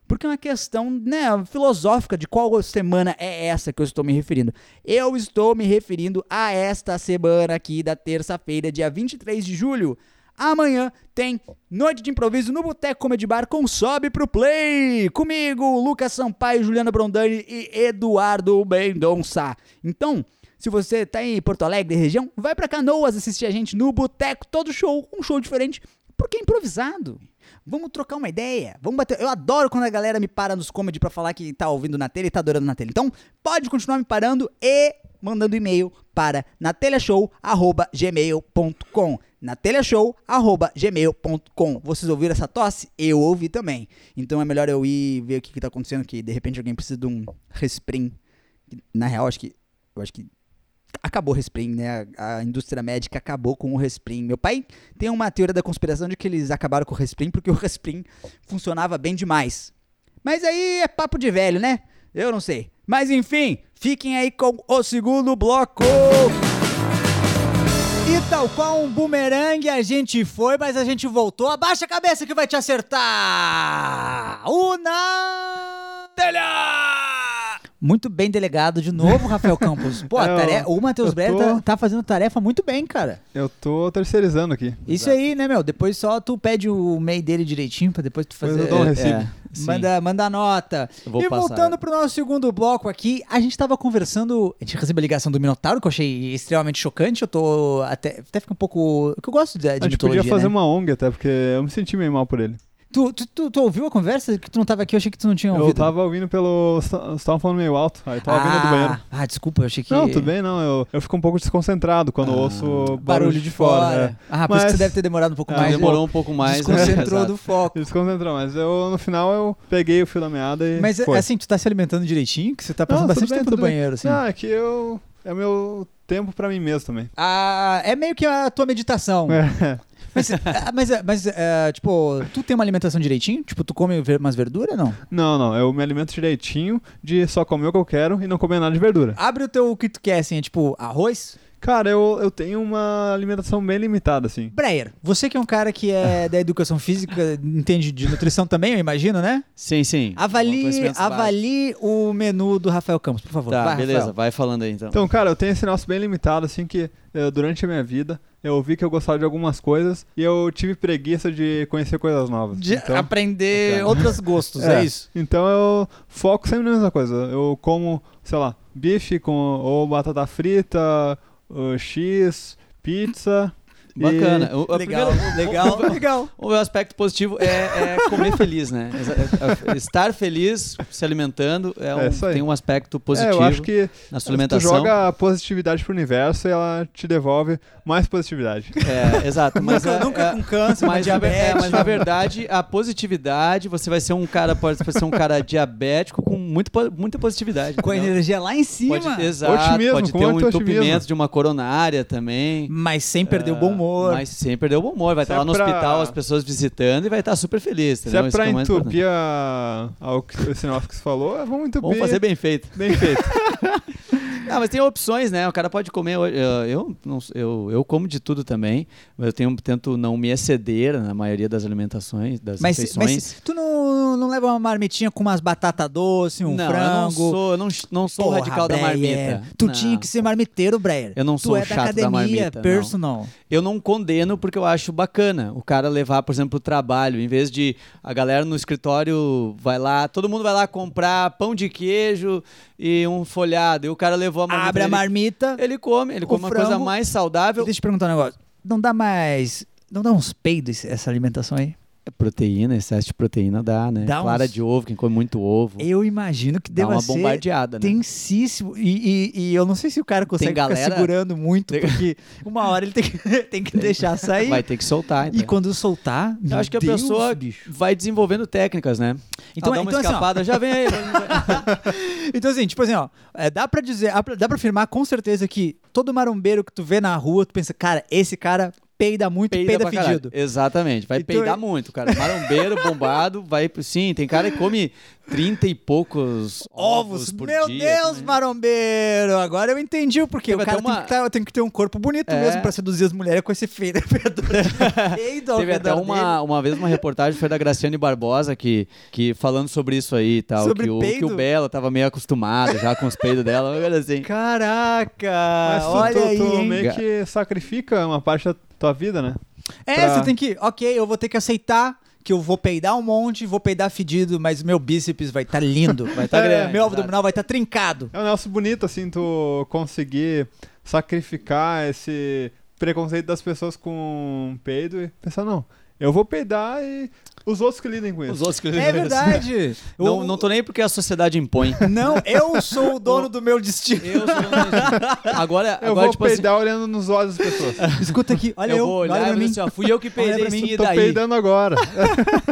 Speaker 2: Porque é uma questão né, filosófica de qual semana é essa que eu estou me referindo. Eu estou me referindo a esta semana aqui da terça-feira, dia 23 de julho. Amanhã tem Noite de Improviso no Boteco Comedy Bar com Sobe Pro Play. Comigo, Lucas Sampaio, Juliana Brondani e Eduardo Mendonça. Então, se você tá em Porto Alegre, região, vai pra Canoas assistir a gente no Boteco, todo show, um show diferente porque é improvisado. Vamos trocar uma ideia. Vamos bater. Eu adoro quando a galera me para nos comedy pra falar que tá ouvindo na telha e tá adorando na telha. Então, pode continuar me parando e mandando e-mail para natelhashow@gmail.com. natelhashow@gmail.com. Vocês ouviram essa tosse? Eu ouvi também. Então é melhor eu ir ver o que, que tá acontecendo que de repente alguém precisa de um resprim. Na real, acho que eu acho que acabou o Resprim, né? A, a indústria médica acabou com o Resprim. Meu pai tem uma teoria da conspiração de que eles acabaram com o Resprim porque o Resprim funcionava bem demais. Mas aí é papo de velho, né? Eu não sei. Mas enfim, fiquem aí com o segundo bloco. E tal qual um bumerangue a gente foi, mas a gente voltou. Abaixa a cabeça que vai te acertar! Una! Telha! Muito bem delegado de novo, Rafael Campos. Pô, a
Speaker 3: <laughs> Eu-
Speaker 2: tare- o Matheus
Speaker 3: eu
Speaker 2: Breyer
Speaker 3: tô-
Speaker 2: tá, tá fazendo tarefa muito bem, cara.
Speaker 3: Eu tô terceirizando aqui.
Speaker 2: Isso aí, né, meu? Depois só tu pede o e-mail dele direitinho pra depois tu
Speaker 3: Pois
Speaker 2: fazer. é,
Speaker 3: eu dou um recibo.
Speaker 1: sim.
Speaker 2: Manda, manda a nota.
Speaker 1: Eu vou
Speaker 2: e
Speaker 1: passar.
Speaker 2: voltando pro nosso segundo bloco aqui, a gente tava conversando. A gente recebeu a ligação do Minotauro, que eu achei extremamente chocante. Eu tô até. Até fica um pouco. Que eu gosto de, de
Speaker 3: A gente
Speaker 2: mitologia.
Speaker 3: podia fazer
Speaker 2: né?
Speaker 3: uma ONG até, porque eu me senti meio mal por ele.
Speaker 2: tu, tu, tu, tu ouviu a conversa? Que tu não tava aqui, eu achei que tu não tinha
Speaker 3: eu
Speaker 2: ouvido.
Speaker 3: tava ouvindo pelo. Você tava falando meio alto, aí eu tava ouvindo do banheiro.
Speaker 2: Ah, desculpa, eu achei que.
Speaker 3: Não, tudo bem, não. Eu, eu fico um pouco desconcentrado quando ouço barulho, de fora. né?
Speaker 2: Ah, por isso que
Speaker 3: Mas-
Speaker 2: você deve ter demorado um pouco
Speaker 3: Ah,
Speaker 2: mais.
Speaker 1: Demorou um pouco mais. né?
Speaker 3: <laughs>
Speaker 2: Desconcentrou
Speaker 1: <laughs> Exato.
Speaker 2: do foco.
Speaker 3: Desconcentrou, é. mas eu no final eu peguei o fio da meada e.
Speaker 2: Mas
Speaker 3: foi.
Speaker 2: assim, tu tá se alimentando direitinho? Que você tá passando
Speaker 3: Não,
Speaker 2: bastante
Speaker 3: tudo bem,
Speaker 2: tempo no
Speaker 3: tudo bem.
Speaker 2: banheiro, assim.
Speaker 3: Não, é que eu. É meu tempo pra mim mesmo também.
Speaker 2: Ah, é meio que a tua meditação.
Speaker 3: É.
Speaker 2: Mas, ah, mas, ah, mas, ah, tipo, tu tem uma alimentação direitinho? Tipo, tu come ver- umas verduras não?
Speaker 3: <laughs> Não, não, eu me alimento direitinho de só comer o que eu quero e não comer nada de verdura.
Speaker 2: Abre o teu que tu quer, assim, é tipo arroz,
Speaker 3: Cara, eu, eu tenho uma alimentação bem limitada, assim.
Speaker 2: Breyer. Você que é um cara que <laughs> é da educação física, entende de nutrição também, eu imagino, né?
Speaker 1: Sim, sim. Bom,
Speaker 2: Avalie,
Speaker 1: conhecimentos
Speaker 2: avalie o menu do Rafael Campos, por favor.
Speaker 1: básicos. Tá,
Speaker 2: Vai,
Speaker 1: beleza,
Speaker 2: Rafael.
Speaker 1: vai falando aí então.
Speaker 3: Então, cara, eu tenho esse negócio bem limitado, assim, que eh, durante a minha vida eu vi que eu gostava de algumas coisas e eu tive preguiça de conhecer coisas novas.
Speaker 2: De
Speaker 3: então,
Speaker 2: aprender <laughs> outros gostos, é. isso.
Speaker 3: Então eu foco sempre na mesma coisa. Eu como, sei lá, bife com ou batata frita, ou X, pizza. e-
Speaker 1: Bacana. O, o
Speaker 2: Legal,
Speaker 1: primeiro-
Speaker 2: <laughs> legal,
Speaker 1: o-
Speaker 2: legal.
Speaker 1: O meu aspecto positivo é, é comer feliz, né? Exa- é- é- Estar feliz, se alimentando, é um-
Speaker 3: É isso aí.
Speaker 1: tem um aspecto
Speaker 3: É,
Speaker 1: positivo
Speaker 3: eu acho que
Speaker 1: na sua
Speaker 3: se tu
Speaker 1: alimentação.
Speaker 3: joga a positividade pro universo e ela te devolve mais positividade.
Speaker 1: É,
Speaker 3: <laughs>
Speaker 1: exato. Mas
Speaker 2: nunca
Speaker 1: é-
Speaker 2: nunca
Speaker 1: é-
Speaker 2: com câncer, mas
Speaker 1: mas, na, ver- é,
Speaker 2: diabetes.
Speaker 1: mas na verdade, a positividade, você vai ser um cara, pode ser um cara diabético com muito, po- muita positividade.
Speaker 2: Com a
Speaker 1: entendeu?
Speaker 2: energia lá em cima.
Speaker 1: Pode, exato,
Speaker 3: Otimismo,
Speaker 1: pode
Speaker 3: com
Speaker 1: ter um
Speaker 3: muito otimismo.
Speaker 1: entupimento de uma coronária também.
Speaker 2: Mas sem perder o bom
Speaker 1: Ah,
Speaker 2: humor.
Speaker 1: Mas sem perder o bom humor. Vai
Speaker 3: Se
Speaker 1: estar lá
Speaker 3: é
Speaker 1: no
Speaker 3: pra-
Speaker 1: hospital, as pessoas visitando e vai estar super feliz.
Speaker 3: Se
Speaker 1: Entendeu?
Speaker 3: é
Speaker 1: Isso
Speaker 3: pra
Speaker 1: que o mais importante.
Speaker 3: entupir a, ao que, esse negócio que você falou, vamos entupir.
Speaker 1: Vamos fazer bem feito.
Speaker 3: bem
Speaker 1: <laughs>
Speaker 3: feito.
Speaker 1: Ah, mas tem opções, né? O cara pode comer. Eu, eu, não- eu, eu como de tudo também. mas Eu tenho, tento não me exceder na maioria das alimentações, das
Speaker 2: Mas, se- mas
Speaker 1: refeições.
Speaker 2: se- tu não, não leva uma marmitinha com umas batata doce, um
Speaker 1: não, eu não
Speaker 2: frango?
Speaker 1: sou, eu não, não sou o
Speaker 2: Porra,
Speaker 1: radical da
Speaker 2: Breyer,
Speaker 1: marmita.
Speaker 2: Tu
Speaker 1: Não.
Speaker 2: tinha que ser marmiteiro, Breyer.
Speaker 1: Eu não
Speaker 2: tu
Speaker 1: sou
Speaker 2: é
Speaker 1: o
Speaker 2: da
Speaker 1: chato da
Speaker 2: academia,
Speaker 1: marmita, não.
Speaker 2: personal.
Speaker 1: Eu não condeno porque eu acho bacana o cara levar, por exemplo, o trabalho. Em vez de a galera no escritório vai lá, todo mundo vai lá comprar pão de queijo e um folhado. E o cara levou a marmita.
Speaker 2: Abre a
Speaker 1: ele-
Speaker 2: marmita.
Speaker 1: Ele, come, ele
Speaker 2: o
Speaker 1: come uma coisa
Speaker 2: frango,
Speaker 1: mais saudável.
Speaker 2: Deixa eu te perguntar um negócio. Não dá mais. Não dá uns peidos essa alimentação aí?
Speaker 1: É Proteína, excesso de proteína dá, né?
Speaker 2: Dá
Speaker 1: Clara
Speaker 2: uns-
Speaker 1: de ovo, quem come muito ovo.
Speaker 2: Eu imagino que
Speaker 1: dá
Speaker 2: deva
Speaker 1: uma
Speaker 2: ser
Speaker 1: bombardeada, né?
Speaker 2: tensíssimo. E, e- e eu não sei se o cara consegue ficar
Speaker 1: galera-
Speaker 2: segurando muito, porque uma hora ele tem que, <laughs> tem que deixar sair.
Speaker 1: Vai ter que soltar, então.
Speaker 2: E quando soltar,
Speaker 1: Eu
Speaker 2: meu
Speaker 1: acho que a
Speaker 2: Deus,
Speaker 1: pessoa
Speaker 2: bicho.
Speaker 1: vai desenvolvendo técnicas, né?
Speaker 2: Então-
Speaker 1: Então, dá uma
Speaker 2: então assim, ó.
Speaker 1: escapada, já vem aí.
Speaker 2: <laughs> Então, assim, tipo assim, ó, é, dá pra dizer, dá pra- dá pra afirmar com certeza que todo marombeiro que tu vê na rua, tu pensa, cara, esse cara peida muito, peida,
Speaker 1: pra caralho.
Speaker 2: fedido.
Speaker 1: Exatamente, vai
Speaker 2: Então,
Speaker 1: peidar
Speaker 2: é-
Speaker 1: muito, cara.
Speaker 2: <laughs>
Speaker 1: Marombeiro, bombado, vai. pro- Sim, tem cara que come 30 e poucos ovos,
Speaker 2: Ovos,
Speaker 1: por
Speaker 2: meu
Speaker 1: dia.
Speaker 2: Deus,
Speaker 1: né?
Speaker 2: marombeiro! Agora eu entendi o porquê.
Speaker 1: Tem
Speaker 2: o
Speaker 1: até
Speaker 2: cara tem,
Speaker 1: uma-
Speaker 2: que tá- tem que ter um corpo bonito
Speaker 1: É.
Speaker 2: mesmo pra seduzir as mulheres com esse feio <laughs> fedor de peido ao
Speaker 1: Teve até
Speaker 2: redor dele.
Speaker 1: uma, uma vez uma reportagem, foi da Graciane Barbosa, que, que falando sobre isso aí e tal.
Speaker 2: Sobre
Speaker 1: que, o, que
Speaker 2: peido?
Speaker 1: o Bela tava meio acostumado já com os peidos dela, uma coisa assim.
Speaker 2: Caraca!
Speaker 3: Mas tu,
Speaker 2: olha
Speaker 3: tu-
Speaker 2: aí,
Speaker 3: tu
Speaker 2: hein?
Speaker 3: meio que sacrifica uma parte da tua vida, né?
Speaker 2: É,
Speaker 3: pra-
Speaker 2: você tem que. Ok, eu vou ter que aceitar que eu vou peidar um monte, vou peidar fedido, mas meu bíceps vai estar lindo. Vai <laughs>
Speaker 1: tá grande,
Speaker 2: Meu
Speaker 1: exato.
Speaker 2: abdominal vai estar trincado.
Speaker 3: É um negócio bonito, assim, tu conseguir sacrificar esse preconceito das pessoas com peido e pensar, não, eu vou peidar e os outros que lidem com isso.
Speaker 1: Os outros que
Speaker 2: <laughs> É verdade.
Speaker 1: Não,
Speaker 2: Eu-
Speaker 1: não tô nem porque a
Speaker 2: <laughs>
Speaker 1: sociedade impõe.
Speaker 2: Não, eu sou o dono do meu destino.
Speaker 1: Eu sou Agora,
Speaker 3: Eu
Speaker 1: agora
Speaker 3: vou
Speaker 1: tipo assim,
Speaker 3: peidar olhando nos olhos das pessoas.
Speaker 2: Escuta aqui, olha eu,
Speaker 1: eu vou
Speaker 2: olha
Speaker 1: olhar
Speaker 2: pra
Speaker 1: e
Speaker 2: mim.
Speaker 1: assim, ó, fui eu
Speaker 2: <laughs>
Speaker 1: que
Speaker 2: Olha pra
Speaker 1: peidei
Speaker 2: mim.
Speaker 1: sim, <laughs> e
Speaker 3: Tô
Speaker 1: daí?
Speaker 3: peidando agora.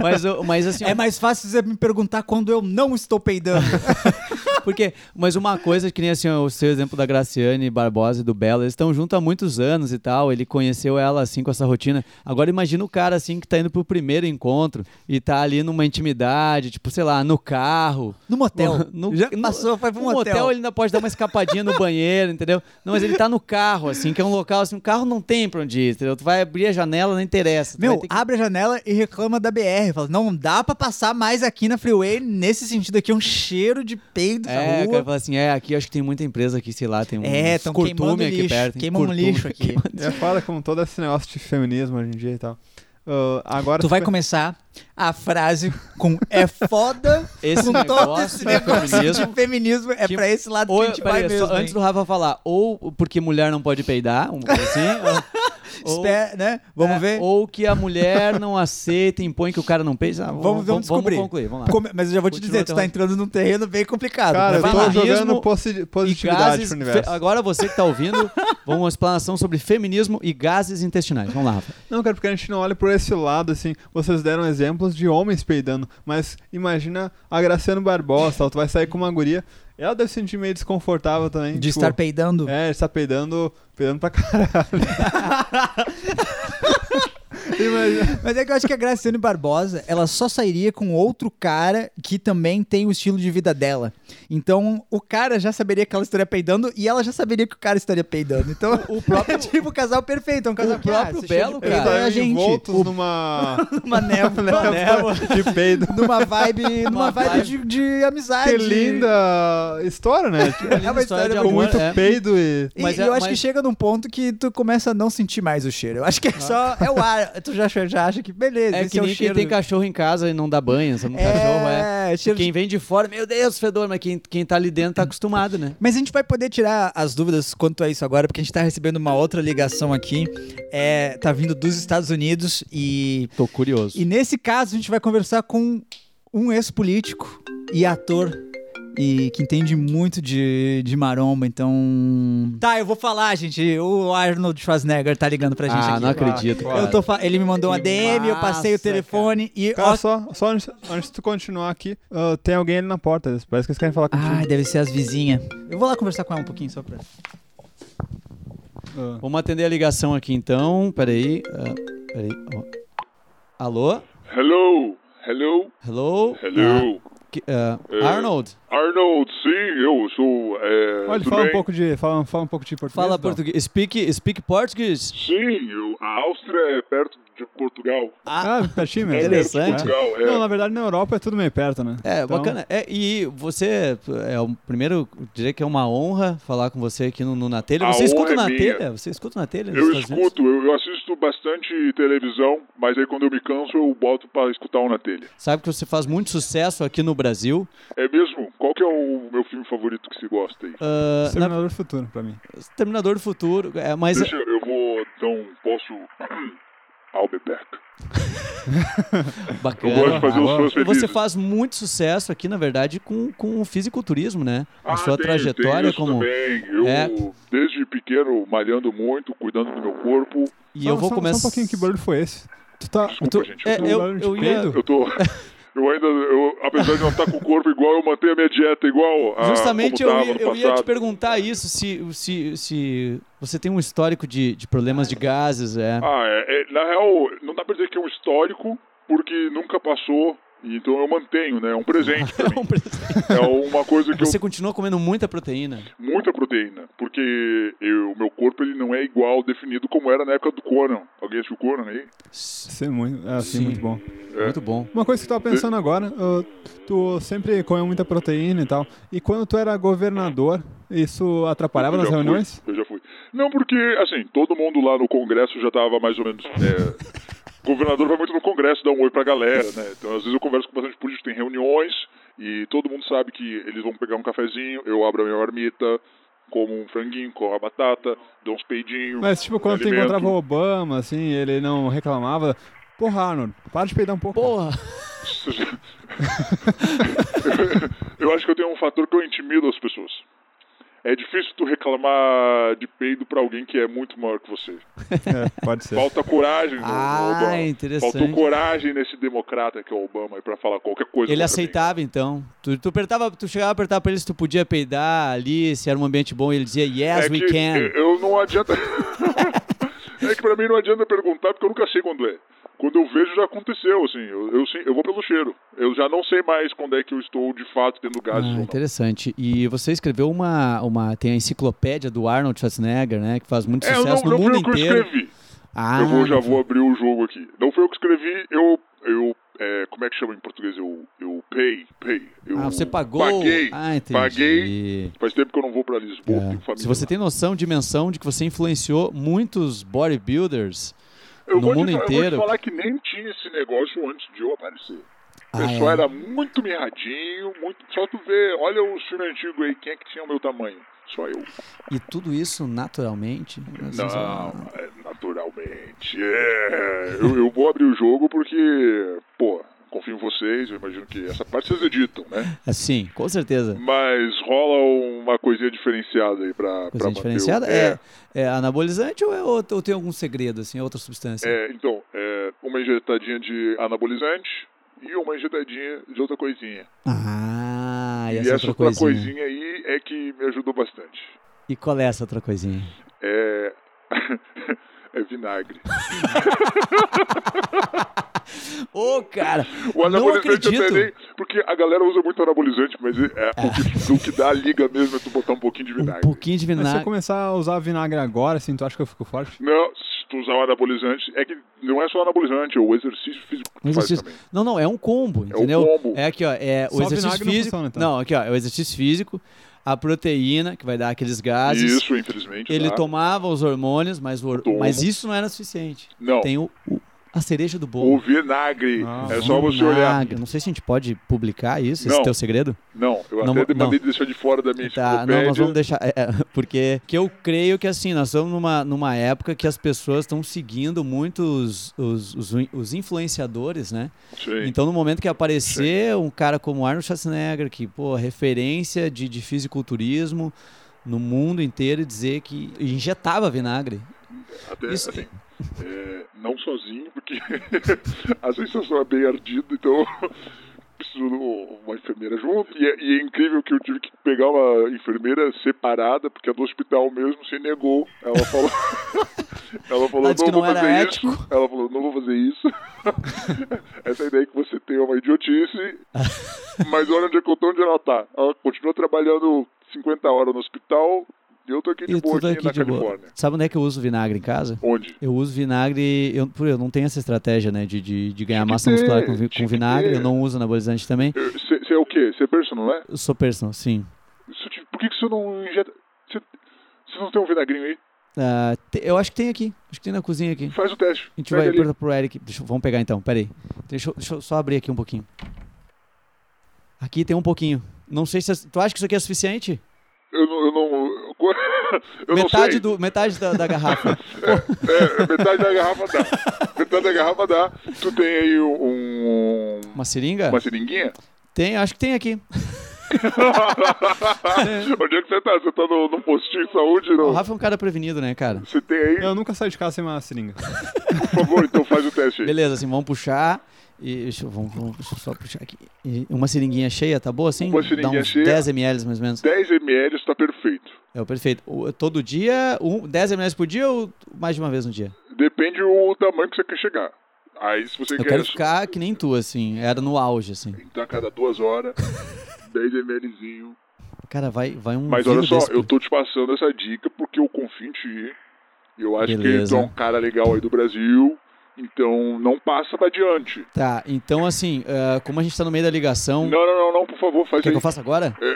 Speaker 1: Mas, eu- mas assim,
Speaker 2: É mais fácil você me perguntar quando eu não estou peidando.
Speaker 1: Porque, mas uma coisa que nem assim, o seu exemplo da Graciane Barbosa e do Belo, eles estão juntos há muitos anos e tal. Ele conheceu ela assim com essa rotina. Agora imagina o cara assim que tá indo pro primeiro encontro e tá ali numa intimidade, tipo, sei lá, no carro.
Speaker 2: No motel.
Speaker 1: <laughs> No,
Speaker 2: Já
Speaker 1: no-
Speaker 2: passou, um foi pro
Speaker 1: no
Speaker 2: motel.
Speaker 1: ele ainda pode dar uma escapadinha no banheiro, entendeu? Não, mas ele tá no carro, assim, que é um local assim, o carro não tem pra onde ir, entendeu? Tu vai abrir a janela, não interessa. tu vai
Speaker 2: Meu,
Speaker 1: ter que-
Speaker 2: abre a janela e reclama da BR. Fala, não dá pra passar mais aqui na freeway. Nesse sentido aqui, é um cheiro de peido
Speaker 1: É,
Speaker 2: na
Speaker 1: o cara
Speaker 2: rua.
Speaker 1: fala assim, é, aqui acho que tem muita empresa aqui, sei lá, tem um
Speaker 2: É, tão queimando
Speaker 1: curtume aqui
Speaker 2: lixo.
Speaker 1: perto. tem
Speaker 2: Queimam um
Speaker 1: curtume.
Speaker 2: lixo aqui.
Speaker 3: é foda como todo esse negócio de feminismo hoje em dia e tal. Ah, agora
Speaker 2: Tu vai
Speaker 3: fica-
Speaker 2: começar a frase com é foda
Speaker 1: Esse
Speaker 2: com todo
Speaker 1: negócio
Speaker 2: esse
Speaker 1: de
Speaker 2: negócio
Speaker 1: feminismo.
Speaker 2: de feminismo. É
Speaker 1: Que-
Speaker 2: pra esse lado
Speaker 1: Ou,
Speaker 2: que a gente vai
Speaker 1: peraí, só
Speaker 2: mesmo.
Speaker 1: antes
Speaker 2: hein?
Speaker 1: do Rafa falar, ou porque mulher não pode peidar, um coisa assim. ou, ou-
Speaker 2: <laughs> Espera, né? Vamos
Speaker 1: é,
Speaker 2: ver.
Speaker 1: Ou que a mulher não aceita, e impõe que o cara não peide. Ah,
Speaker 2: Vamos, vamos descobrir.
Speaker 1: Vamos concluir, vamos lá.
Speaker 2: Come- Mas eu já vou te
Speaker 1: Continua
Speaker 2: dizer, tu
Speaker 1: teu
Speaker 2: tá
Speaker 1: roteiro.
Speaker 2: entrando num terreno bem complicado.
Speaker 3: Cara,
Speaker 2: mas
Speaker 3: eu
Speaker 2: vai
Speaker 3: tô
Speaker 2: lá.
Speaker 3: jogando
Speaker 1: Feminismo
Speaker 3: posi-
Speaker 1: E
Speaker 3: positividade
Speaker 1: gases-
Speaker 3: pro universo.
Speaker 1: fe- Agora você que tá ouvindo, vamos uma explanação sobre feminismo e gases intestinais. Vamos lá, Rafa.
Speaker 2: É
Speaker 3: Não, cara, porque a gente não olha por esse lado, assim. Vocês deram exemplos de homens peidando, mas imagina a Graciano Barbosa, tal, tu vai sair com uma guria, ela deve se sentir meio desconfortável também. tipo,
Speaker 2: De estar peidando. <laughs>
Speaker 3: É, de estar peidando, peidando pra caralho. Imagina.
Speaker 2: Mas é que eu acho que a Graciane Barbosa, ela só sairia com outro cara que também tem o estilo de vida dela. Então, o cara já saberia que ela estaria peidando e ela já saberia que o cara estaria peidando. Então, o próprio <laughs> é tipo o casal perfeito, é um casal
Speaker 1: o
Speaker 2: que,
Speaker 1: próprio
Speaker 2: se chega
Speaker 1: Belo,
Speaker 2: de peido,
Speaker 1: cara.
Speaker 2: é a gente
Speaker 3: tá
Speaker 2: <laughs>
Speaker 3: envoltos numa...
Speaker 2: numa névoa,
Speaker 1: Uma névoa.
Speaker 3: <laughs> de peido.
Speaker 2: <laughs> numa vibe, numa
Speaker 1: Uma
Speaker 2: vibe de, de amizade.
Speaker 3: Que linda história, né? Tipo,
Speaker 2: É uma história
Speaker 1: de
Speaker 3: Com
Speaker 1: amor,
Speaker 3: muito
Speaker 1: é.
Speaker 3: peido e...
Speaker 2: E
Speaker 1: Mas
Speaker 2: e
Speaker 1: é-
Speaker 2: eu acho
Speaker 1: mas-
Speaker 2: que chega num ponto que tu começa a não sentir mais o cheiro. Eu acho que é só. É o ar. Tu já, já acha que beleza.
Speaker 1: É
Speaker 2: esse
Speaker 1: que
Speaker 2: é o
Speaker 1: nem quem
Speaker 2: cheiro.
Speaker 1: tem cachorro em casa e não dá banho, sabe? Um cachorro é.
Speaker 2: É, cheiro de-
Speaker 1: Quem vem de fora, meu Deus, fedor, mas quem, quem tá ali dentro tá acostumado, né?
Speaker 2: Mas a gente vai poder tirar as dúvidas quanto a isso agora, porque a gente tá recebendo uma outra ligação aqui. É, tá vindo dos Estados Unidos e.
Speaker 1: Tô curioso.
Speaker 2: E nesse caso a gente vai conversar com um ex-político e ator. E que entende muito de, de maromba, então. Tá, eu vou falar, gente. O Arnold Schwarzenegger tá ligando pra gente
Speaker 1: ah,
Speaker 2: aqui.
Speaker 1: não acredito,
Speaker 3: Eu
Speaker 1: cara.
Speaker 2: Eu tô fa- Ele me mandou um uma
Speaker 1: Que
Speaker 2: DM, eu passei o
Speaker 1: massa,
Speaker 2: telefone e.
Speaker 3: Cara,
Speaker 2: ó-
Speaker 3: só, só antes, antes de tu continuar aqui, ah, tem alguém ali na porta. eles- Parece que eles querem falar
Speaker 4: Ah.
Speaker 3: contigo.
Speaker 2: Ai, deve ser as vizinhas. Eu vou lá conversar com ela um pouquinho só pra.
Speaker 3: Ah.
Speaker 1: Vamos atender a ligação aqui então. Peraí. ah, peraí. ó. Alô?
Speaker 4: Hello, hello,
Speaker 1: Hello?
Speaker 4: hello.
Speaker 1: Ah, que- ah,
Speaker 4: É.
Speaker 1: Arnold,
Speaker 4: Arnold, sim, eu sou. É,
Speaker 3: Olha,
Speaker 4: tudo
Speaker 3: fala um
Speaker 4: bem?
Speaker 3: pouco de, fala, fala um pouco de português.
Speaker 1: fala
Speaker 3: então.
Speaker 1: português. Speak, speak português.
Speaker 4: Sim, eu- a Áustria é perto de Portugal.
Speaker 3: Ah, pertinho mesmo.
Speaker 1: Interessante.
Speaker 4: Portugal, é.
Speaker 3: Não, na verdade na Europa é tudo meio perto, né?
Speaker 1: É,
Speaker 3: Então,
Speaker 1: bacana. É, e você, é o primeiro, diria que é uma honra falar com você aqui no, no Na Telha.
Speaker 4: A
Speaker 1: Você escuta o
Speaker 4: honra é
Speaker 1: Na
Speaker 4: minha.
Speaker 1: Telha? Você escuta o Na Telha? nos
Speaker 4: Eu
Speaker 1: Estados Unidos?
Speaker 4: escuto, eu, eu assisto bastante televisão, mas aí quando eu me canso eu boto pra escutar um na telha.
Speaker 1: Sabe que você faz muito sucesso aqui no Brasil.
Speaker 4: É mesmo? Qual que é o meu filme favorito que se gosta aí?
Speaker 1: Ah, na-
Speaker 3: Exterminador do um futuro pra mim.
Speaker 1: Terminador do Futuro. É, mas
Speaker 4: Deixa, eu vou, então, posso... <clears throat> I'll be back. Eu gosto de
Speaker 1: é bacana.
Speaker 4: fazer os
Speaker 3: Ah,
Speaker 4: fãs
Speaker 1: E
Speaker 4: felizes.
Speaker 1: Você faz muito sucesso aqui, na verdade, com, com o fisiculturismo, né? A
Speaker 4: Ah,
Speaker 1: sua
Speaker 4: tem- tem
Speaker 1: trajetória
Speaker 4: isso
Speaker 1: como.
Speaker 4: Também. Eu,
Speaker 1: É.
Speaker 4: desde pequeno, malhando muito, cuidando do meu corpo.
Speaker 1: E
Speaker 3: Só-
Speaker 1: eu vou
Speaker 3: só-
Speaker 1: começar.
Speaker 3: Só um pouquinho, que barulho foi esse? Tu tá...
Speaker 4: Desculpa,
Speaker 1: tu-
Speaker 4: gente.
Speaker 1: é,
Speaker 4: eu,
Speaker 3: um
Speaker 1: eu-
Speaker 3: barulho de
Speaker 1: eu ia-
Speaker 3: peido?
Speaker 1: <laughs>
Speaker 4: eu tô... Eu ainda, eu, apesar de não estar com o corpo igual, eu mantenho a minha dieta igual. a
Speaker 1: Justamente
Speaker 4: Ah,
Speaker 1: eu,
Speaker 4: como tava
Speaker 1: ia-
Speaker 4: no
Speaker 1: eu ia te
Speaker 4: passado.
Speaker 1: perguntar isso, se, se, se você tem um histórico de, de problemas de gases, é. <laughs>
Speaker 4: Ah, é, é, na real, não dá pra dizer que é um histórico, porque nunca passou, então eu mantenho, né? É um presente
Speaker 1: <laughs>
Speaker 4: pra mim. É uma coisa que eu...
Speaker 1: Você continua comendo muita proteína.
Speaker 4: Muita proteína, porque eu- o meu corpo ele não é igual definido como era na época do Conan. Alguém assistiu Conan aí?
Speaker 3: Sim, muito, é, sim,
Speaker 1: Sim.
Speaker 3: muito bom.
Speaker 1: Muito bom.
Speaker 3: Uma coisa que eu tava pensando agora, ah, tu sempre comeu muita proteína e tal, e quando tu era governador, isso atrapalhava
Speaker 4: Eu
Speaker 3: nas
Speaker 4: já fui,
Speaker 3: reuniões?
Speaker 4: eu já fui. Não, porque, assim, todo mundo lá no Congresso já tava mais ou menos. é,
Speaker 3: <laughs>
Speaker 4: o governador vai muito no Congresso, dá um oi pra galera, né? Então, às vezes eu converso com bastante político, tem reuniões, e todo mundo sabe que eles vão pegar um cafezinho, eu abro a minha marmita, como um franguinho, como a batata, dou uns peidinhos. <laughs>
Speaker 3: Mas, tipo, quando tu
Speaker 4: alimento.
Speaker 3: encontrava o Obama, assim, ele não reclamava. Porra, Arnold, para de peidar um pouco.
Speaker 1: Porra!
Speaker 4: <laughs> Eu acho que eu tenho um fator que eu intimido as pessoas. É difícil tu reclamar de peido pra alguém que é muito maior que você.
Speaker 3: <laughs> É, pode ser.
Speaker 4: Falta coragem no, no
Speaker 1: Ah,
Speaker 4: Obama.
Speaker 1: interessante.
Speaker 4: Faltou coragem nesse democrata que é o Obama aí pra falar qualquer coisa.
Speaker 1: Ele
Speaker 4: contra
Speaker 1: aceitava, então. Tu, tu apertava, tu chegava a apertar pra ele se tu podia peidar ali, se era um ambiente bom, e ele dizia,
Speaker 4: mim.
Speaker 1: yes,
Speaker 4: É
Speaker 1: we
Speaker 4: que
Speaker 1: can.
Speaker 4: eu- eu não adianta. <laughs> é que pra mim não adianta perguntar porque eu nunca sei quando é. Quando eu vejo já aconteceu, assim. Eu, eu, sei- eu vou pelo cheiro. Eu já não sei mais quando é que eu estou de fato tendo
Speaker 1: Ah,
Speaker 4: gases ou não.
Speaker 1: interessante. E você escreveu uma, uma. Tem a enciclopédia do Arnold Schwarzenegger, né? Que faz muito
Speaker 4: É, eu não,
Speaker 1: sucesso no
Speaker 4: não fui
Speaker 1: mundo
Speaker 4: eu que eu
Speaker 1: inteiro.
Speaker 4: escrevi.
Speaker 1: Ah,
Speaker 4: Eu vou, já vou abrir o jogo aqui. Não foi eu que escrevi, eu. eu é, como é que chama em português? Eu, eu pay, pay. Eu
Speaker 1: ah, você pagou.
Speaker 4: Paguei.
Speaker 1: ah, entendi.
Speaker 4: Paguei. Faz tempo que eu não vou pra Lisboa,
Speaker 1: É.
Speaker 4: tenho família.
Speaker 1: Se você tem noção, dimensão de que você influenciou muitos bodybuilders
Speaker 4: Eu
Speaker 1: no
Speaker 4: vou te
Speaker 1: mundo
Speaker 4: fa-
Speaker 1: inteiro.
Speaker 4: Eu vou te falar que nem tinha esse negócio antes de eu aparecer. O
Speaker 1: Ah,
Speaker 4: pessoal
Speaker 1: é.
Speaker 4: era muito mirradinho, muito. Só tu vê, olha os filmes antigos aí, quem é que tinha o meu tamanho? Só eu.
Speaker 1: e tudo isso naturalmente. Assim,
Speaker 4: Não, é, naturalmente. É. Eu, eu vou abrir o jogo porque, pô, confio em vocês, eu imagino que essa parte vocês editam, né?
Speaker 1: Assim, com certeza.
Speaker 4: Mas rola uma coisinha diferenciada aí pra, pra
Speaker 1: Coisa
Speaker 4: manter o-
Speaker 1: diferenciada? É, é anabolizante ou, é outro- ou tem algum segredo, assim, outra substância?
Speaker 4: É, então, é, uma injetadinha de anabolizante e uma injetadinha de outra coisinha.
Speaker 1: Ah, e
Speaker 4: e
Speaker 1: essa,
Speaker 4: essa
Speaker 1: outra coisinha.
Speaker 4: aí é
Speaker 1: é
Speaker 4: que me ajudou bastante.
Speaker 1: E qual é essa outra coisinha?
Speaker 4: <laughs> É, é vinagre.
Speaker 2: Ô, cara,
Speaker 1: <laughs>
Speaker 4: O
Speaker 2: não
Speaker 4: anabolizante
Speaker 2: acredito.
Speaker 4: até nem. Porque a galera usa muito anabolizante, mas é, O, que, o que dá a liga mesmo é tu botar um pouquinho de
Speaker 1: Um
Speaker 4: vinagre.
Speaker 1: pouquinho de
Speaker 3: Mas se eu
Speaker 1: vinagre.
Speaker 3: começar a usar vinagre agora, assim, tu acha que eu fico forte?
Speaker 4: Não, se tu usar o anabolizante, é que não é só anabolizante, é o exercício físico que tu
Speaker 1: Um
Speaker 4: faz
Speaker 1: exercício-
Speaker 4: também.
Speaker 1: Não, não, é um combo,
Speaker 4: um
Speaker 1: entendeu?
Speaker 4: combo.
Speaker 1: É aqui, ó, é o
Speaker 3: Só
Speaker 1: exercício
Speaker 3: vinagre não
Speaker 1: físico.
Speaker 3: funciona, então.
Speaker 1: Não, aqui, ó, é o exercício físico, a proteína, que vai dar aqueles gases.
Speaker 4: Isso, infelizmente. tá?
Speaker 1: Ele
Speaker 4: dá.
Speaker 1: tomava os hormônios, mas, o hor-
Speaker 4: Tomo.
Speaker 1: mas isso não era suficiente.
Speaker 4: Não.
Speaker 1: Tem o, o- a cereja do bolo.
Speaker 4: O vinagre.
Speaker 3: Ah,
Speaker 4: é só você olhar.
Speaker 1: Vinagre. Não sei se a gente pode publicar isso, esse
Speaker 4: Não.
Speaker 1: teu segredo.
Speaker 4: Não, eu
Speaker 1: Não,
Speaker 4: até
Speaker 1: não.
Speaker 4: mandei deixar de fora da minha
Speaker 1: Tá, não,
Speaker 4: enciclopédia.
Speaker 1: nós vamos deixar. é, é, <laughs> porque que eu creio que assim, nós estamos numa, numa época que as pessoas estão seguindo muito os, os, os, in- os influenciadores, né?
Speaker 4: Sim.
Speaker 1: Então, no momento que aparecer um cara como Arnold Schwarzenegger, que, pô, referência de, de fisiculturismo no mundo inteiro, e dizer que injetava vinagre.
Speaker 4: Até,
Speaker 1: Isso-
Speaker 4: assim, é, não sozinho, porque <laughs> a sensação é bem ardida, então <laughs> preciso de um, uma enfermeira junto. E é, e é incrível que eu tive que pegar uma enfermeira separada, porque a do hospital mesmo se negou. Ela
Speaker 1: <laughs>
Speaker 4: falou. Ela falou,
Speaker 1: Ela disse que
Speaker 4: não vou
Speaker 1: não era
Speaker 4: fazer
Speaker 1: ético.
Speaker 4: isso. Ela falou, não vou
Speaker 1: <laughs>
Speaker 4: fazer isso. Essa ideia que você tem é uma idiotice. mas olha onde é que eu tô, onde ela tá. Ela continua trabalhando 50 horas no hospital e eu tô aqui de
Speaker 1: E
Speaker 4: boa
Speaker 1: tudo
Speaker 4: aqui
Speaker 1: aqui
Speaker 4: na
Speaker 1: de boa.
Speaker 4: Califórnia.
Speaker 1: Sabe onde é que eu uso vinagre em casa?
Speaker 4: Onde?
Speaker 1: Eu uso vinagre, eu, pô, eu não tenho essa estratégia, né, de, de, de ganhar
Speaker 4: Tinha que
Speaker 1: massa
Speaker 4: ter,
Speaker 1: muscular com, vi-
Speaker 4: tinha
Speaker 1: com
Speaker 4: que
Speaker 1: vinagre,
Speaker 4: ter.
Speaker 1: eu não uso anabolizante também.
Speaker 4: Você é o quê? Você é personal, né?
Speaker 1: Eu sou personal, sim.
Speaker 4: Cê te- por que você não injeta. Você não tem um vinagrinho aí?
Speaker 1: Ah, te- eu acho que tem aqui, acho que tem na cozinha aqui.
Speaker 4: Faz o teste.
Speaker 1: A gente
Speaker 4: Pega
Speaker 1: vai
Speaker 4: ali.
Speaker 1: perguntar pro Eric. Deixa eu- vamos pegar então, peraí. Deixa, eu- deixa eu só abrir aqui um pouquinho. Aqui tem um pouquinho. Não sei se. é- Tu acha que isso aqui é suficiente?
Speaker 4: Eu não. Eu não, eu não
Speaker 1: metade
Speaker 4: sei.
Speaker 1: do metade da, da
Speaker 4: <laughs>
Speaker 1: garrafa.
Speaker 4: É, é, metade da garrafa dá. Metade da garrafa dá. Tu tem aí um.
Speaker 1: Uma seringa? <laughs>
Speaker 4: Uma seringuinha?
Speaker 1: Tem, acho que tem aqui.
Speaker 4: Onde é que você tá? Você tá no, no postinho de saúde?
Speaker 1: O
Speaker 4: Não?
Speaker 1: Rafa é um cara prevenido, né, cara?
Speaker 4: Você tem aí?
Speaker 3: Eu nunca saio de casa sem uma seringa.
Speaker 4: Por favor, então faz o teste aí.
Speaker 1: Beleza, assim, vamos puxar. E deixa eu, vamos, vamos- deixa eu só puxar aqui. E uma seringuinha cheia, tá boa assim?
Speaker 4: Uma
Speaker 1: Dá
Speaker 4: seringuinha
Speaker 1: uns
Speaker 4: cheia.
Speaker 1: 10 ml mais ou menos.
Speaker 4: 10 ml tá perfeito.
Speaker 1: É o perfeito. O- todo dia, um, 10 ml por dia ou mais de uma vez no dia?
Speaker 4: Depende o tamanho que você quer chegar. Aí, se você
Speaker 1: Eu
Speaker 4: quer.
Speaker 1: quero ficar que nem tu, assim. Era no auge, assim.
Speaker 4: Então, a cada duas
Speaker 1: <laughs>
Speaker 4: horas, 10 mlzinho.
Speaker 1: Cara, vai, vai um.
Speaker 4: Mas olha
Speaker 1: vidro
Speaker 4: só,
Speaker 1: desse-
Speaker 4: eu tô te passando essa dica porque eu confio em ti. Eu acho
Speaker 1: Beleza.
Speaker 4: que tu é um cara legal aí do Brasil. Então não passa pra diante.
Speaker 1: Tá, então assim, ah, como a gente tá no meio da ligação,
Speaker 4: Não, não, não, não, por favor, faz
Speaker 1: quer
Speaker 4: aí.
Speaker 1: que eu faça agora?
Speaker 4: É,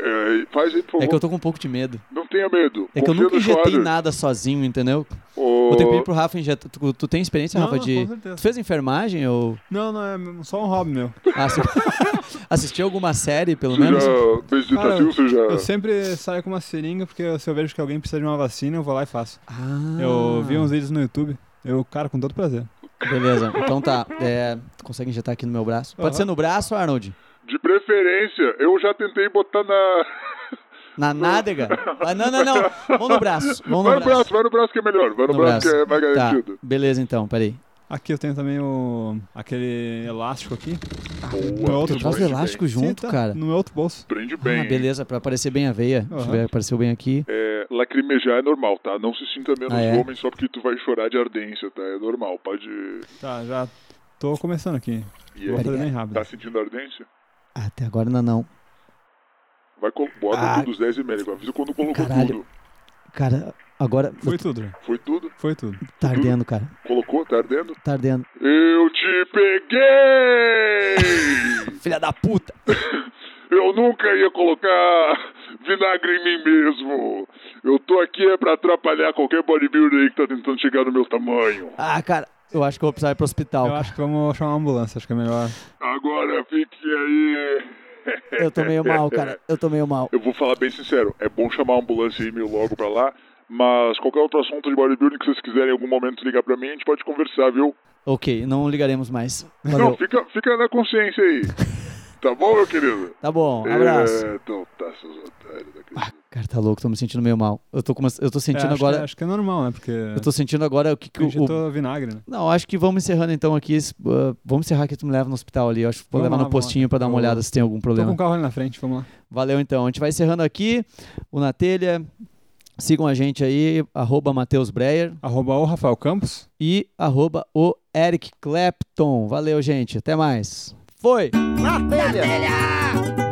Speaker 4: é, faz aí, por favor.
Speaker 1: É que eu tô com um pouco de medo.
Speaker 4: Não tenha medo.
Speaker 1: É que eu
Speaker 4: Confia
Speaker 1: nunca
Speaker 4: no
Speaker 1: injetei
Speaker 4: Schwarzer.
Speaker 1: nada sozinho, entendeu?
Speaker 4: Ô,
Speaker 1: Vou ter que pedir pro Rafa injetar. Tu, tu tem experiência,
Speaker 3: Não,
Speaker 1: Rafa,
Speaker 3: não,
Speaker 1: de.
Speaker 3: com certeza.
Speaker 1: Tu fez enfermagem ou
Speaker 3: Não, não, é só um hobby meu.
Speaker 1: assi- <laughs> assistiu alguma série, pelo
Speaker 4: Você
Speaker 1: menos?
Speaker 4: já
Speaker 3: Cara,
Speaker 4: meditativo, você tá já.
Speaker 3: Eu sempre saio com uma seringa, porque se eu vejo que alguém precisa de uma vacina, eu vou lá e faço.
Speaker 1: Ah,
Speaker 3: Eu vi uns vídeos no YouTube, eu, cara, com todo prazer.
Speaker 1: Beleza, então tá. É, tu consegue injetar aqui no meu braço? Pode
Speaker 3: Aham.
Speaker 1: ser no braço, Arnold?
Speaker 4: De preferência, eu já tentei botar na.
Speaker 1: Na nádega? Ah, não, não, não. Vamos no braço. Vamos
Speaker 4: Vai
Speaker 1: no
Speaker 4: no braço,
Speaker 1: braço.
Speaker 4: vai no braço que é melhor. Vai no, braço, que é mais
Speaker 1: Tá,
Speaker 4: garantido.
Speaker 1: beleza então, peraí.
Speaker 3: Aqui eu tenho também o aquele elástico aqui.
Speaker 4: Boa,
Speaker 3: outro
Speaker 4: tu
Speaker 1: Tu traz o
Speaker 4: prende
Speaker 1: elástico
Speaker 4: bem.
Speaker 1: junto,
Speaker 3: Sim, tá,
Speaker 1: cara.
Speaker 3: No meu outro bolso.
Speaker 4: Prende
Speaker 1: Ah,
Speaker 4: bem.
Speaker 1: beleza, pra aparecer bem a veia. Deixa eu
Speaker 3: Aham.
Speaker 1: ver, apareceu bem aqui.
Speaker 4: É, lacrimejar é normal, tá? Não se sinta menos
Speaker 1: Ah, é?
Speaker 4: homem só porque tu vai chorar de ardência, tá? É normal, pode...
Speaker 3: Tá, já tô começando aqui.
Speaker 4: E
Speaker 3: Vou
Speaker 4: aí,
Speaker 3: fazer bem rápido.
Speaker 4: tá sentindo ardência?
Speaker 1: Até agora ainda não.
Speaker 4: Vai, col- bota
Speaker 1: Ah.
Speaker 4: tudo, os 10 ml. Avisa quando colocou
Speaker 1: Caralho.
Speaker 4: tudo.
Speaker 1: Cara, agora
Speaker 3: Foi tudo,
Speaker 4: Foi tudo?
Speaker 3: foi tudo.
Speaker 1: tá ardendo, cara.
Speaker 4: Colocou? Tá ardendo?
Speaker 1: Tá ardendo.
Speaker 4: Eu te peguei!
Speaker 1: Filha da puta!
Speaker 4: Eu nunca ia colocar vinagre em mim mesmo. Eu tô aqui é pra atrapalhar qualquer bodybuilder aí que tá tentando chegar no meu tamanho.
Speaker 1: Ah, cara, eu acho que eu vou precisar ir pro hospital.
Speaker 3: Eu
Speaker 1: cara.
Speaker 3: acho que vamos chamar uma ambulância, acho que é melhor.
Speaker 4: Agora fique aí...
Speaker 1: Eu tô meio mal,
Speaker 4: <laughs>
Speaker 1: cara. Eu tô meio mal.
Speaker 4: Eu vou falar bem sincero, é bom chamar a ambulância e ir meio logo pra lá, mas qualquer outro assunto de bodybuilding que vocês quiserem em algum momento ligar pra mim, a gente pode conversar, viu?
Speaker 1: Ok, não ligaremos mais.
Speaker 4: Não,
Speaker 1: Valeu.
Speaker 4: fica, fica na
Speaker 1: <laughs>
Speaker 4: consciência aí. tá bom, meu querido?
Speaker 1: Tá bom, abraço.
Speaker 4: É, então tá, seus otários. não acredito.
Speaker 1: Ah, cara, tá louco, tô me sentindo meio mal. Eu tô, come- eu tô
Speaker 3: É,
Speaker 1: sentindo
Speaker 3: acho, que,
Speaker 1: agora.
Speaker 3: acho que é normal, né? Porque
Speaker 1: Eu tô sentindo agora o que, que
Speaker 3: tu
Speaker 1: o.
Speaker 3: injetou vinagre, né?
Speaker 1: Não, acho que vamos encerrando então aqui. esse- ah, vamos encerrar que tu me leva no hospital ali. Eu acho que vou
Speaker 3: Vamos
Speaker 1: levar no
Speaker 3: lá, vamos lá.
Speaker 1: postinho pra dar uma
Speaker 3: Eu-
Speaker 1: olhada se tem algum
Speaker 3: Tô
Speaker 1: problema.
Speaker 3: com o carro ali na frente, vamos lá.
Speaker 1: Valeu então. A gente vai encerrando aqui o Na Telha. Sigam a gente aí, arroba Matheus Breyer
Speaker 3: Arroba o Rafael Campos.
Speaker 1: e arroba o Eric Clapton. Valeu, gente. Até mais. Foi!
Speaker 5: Na telha!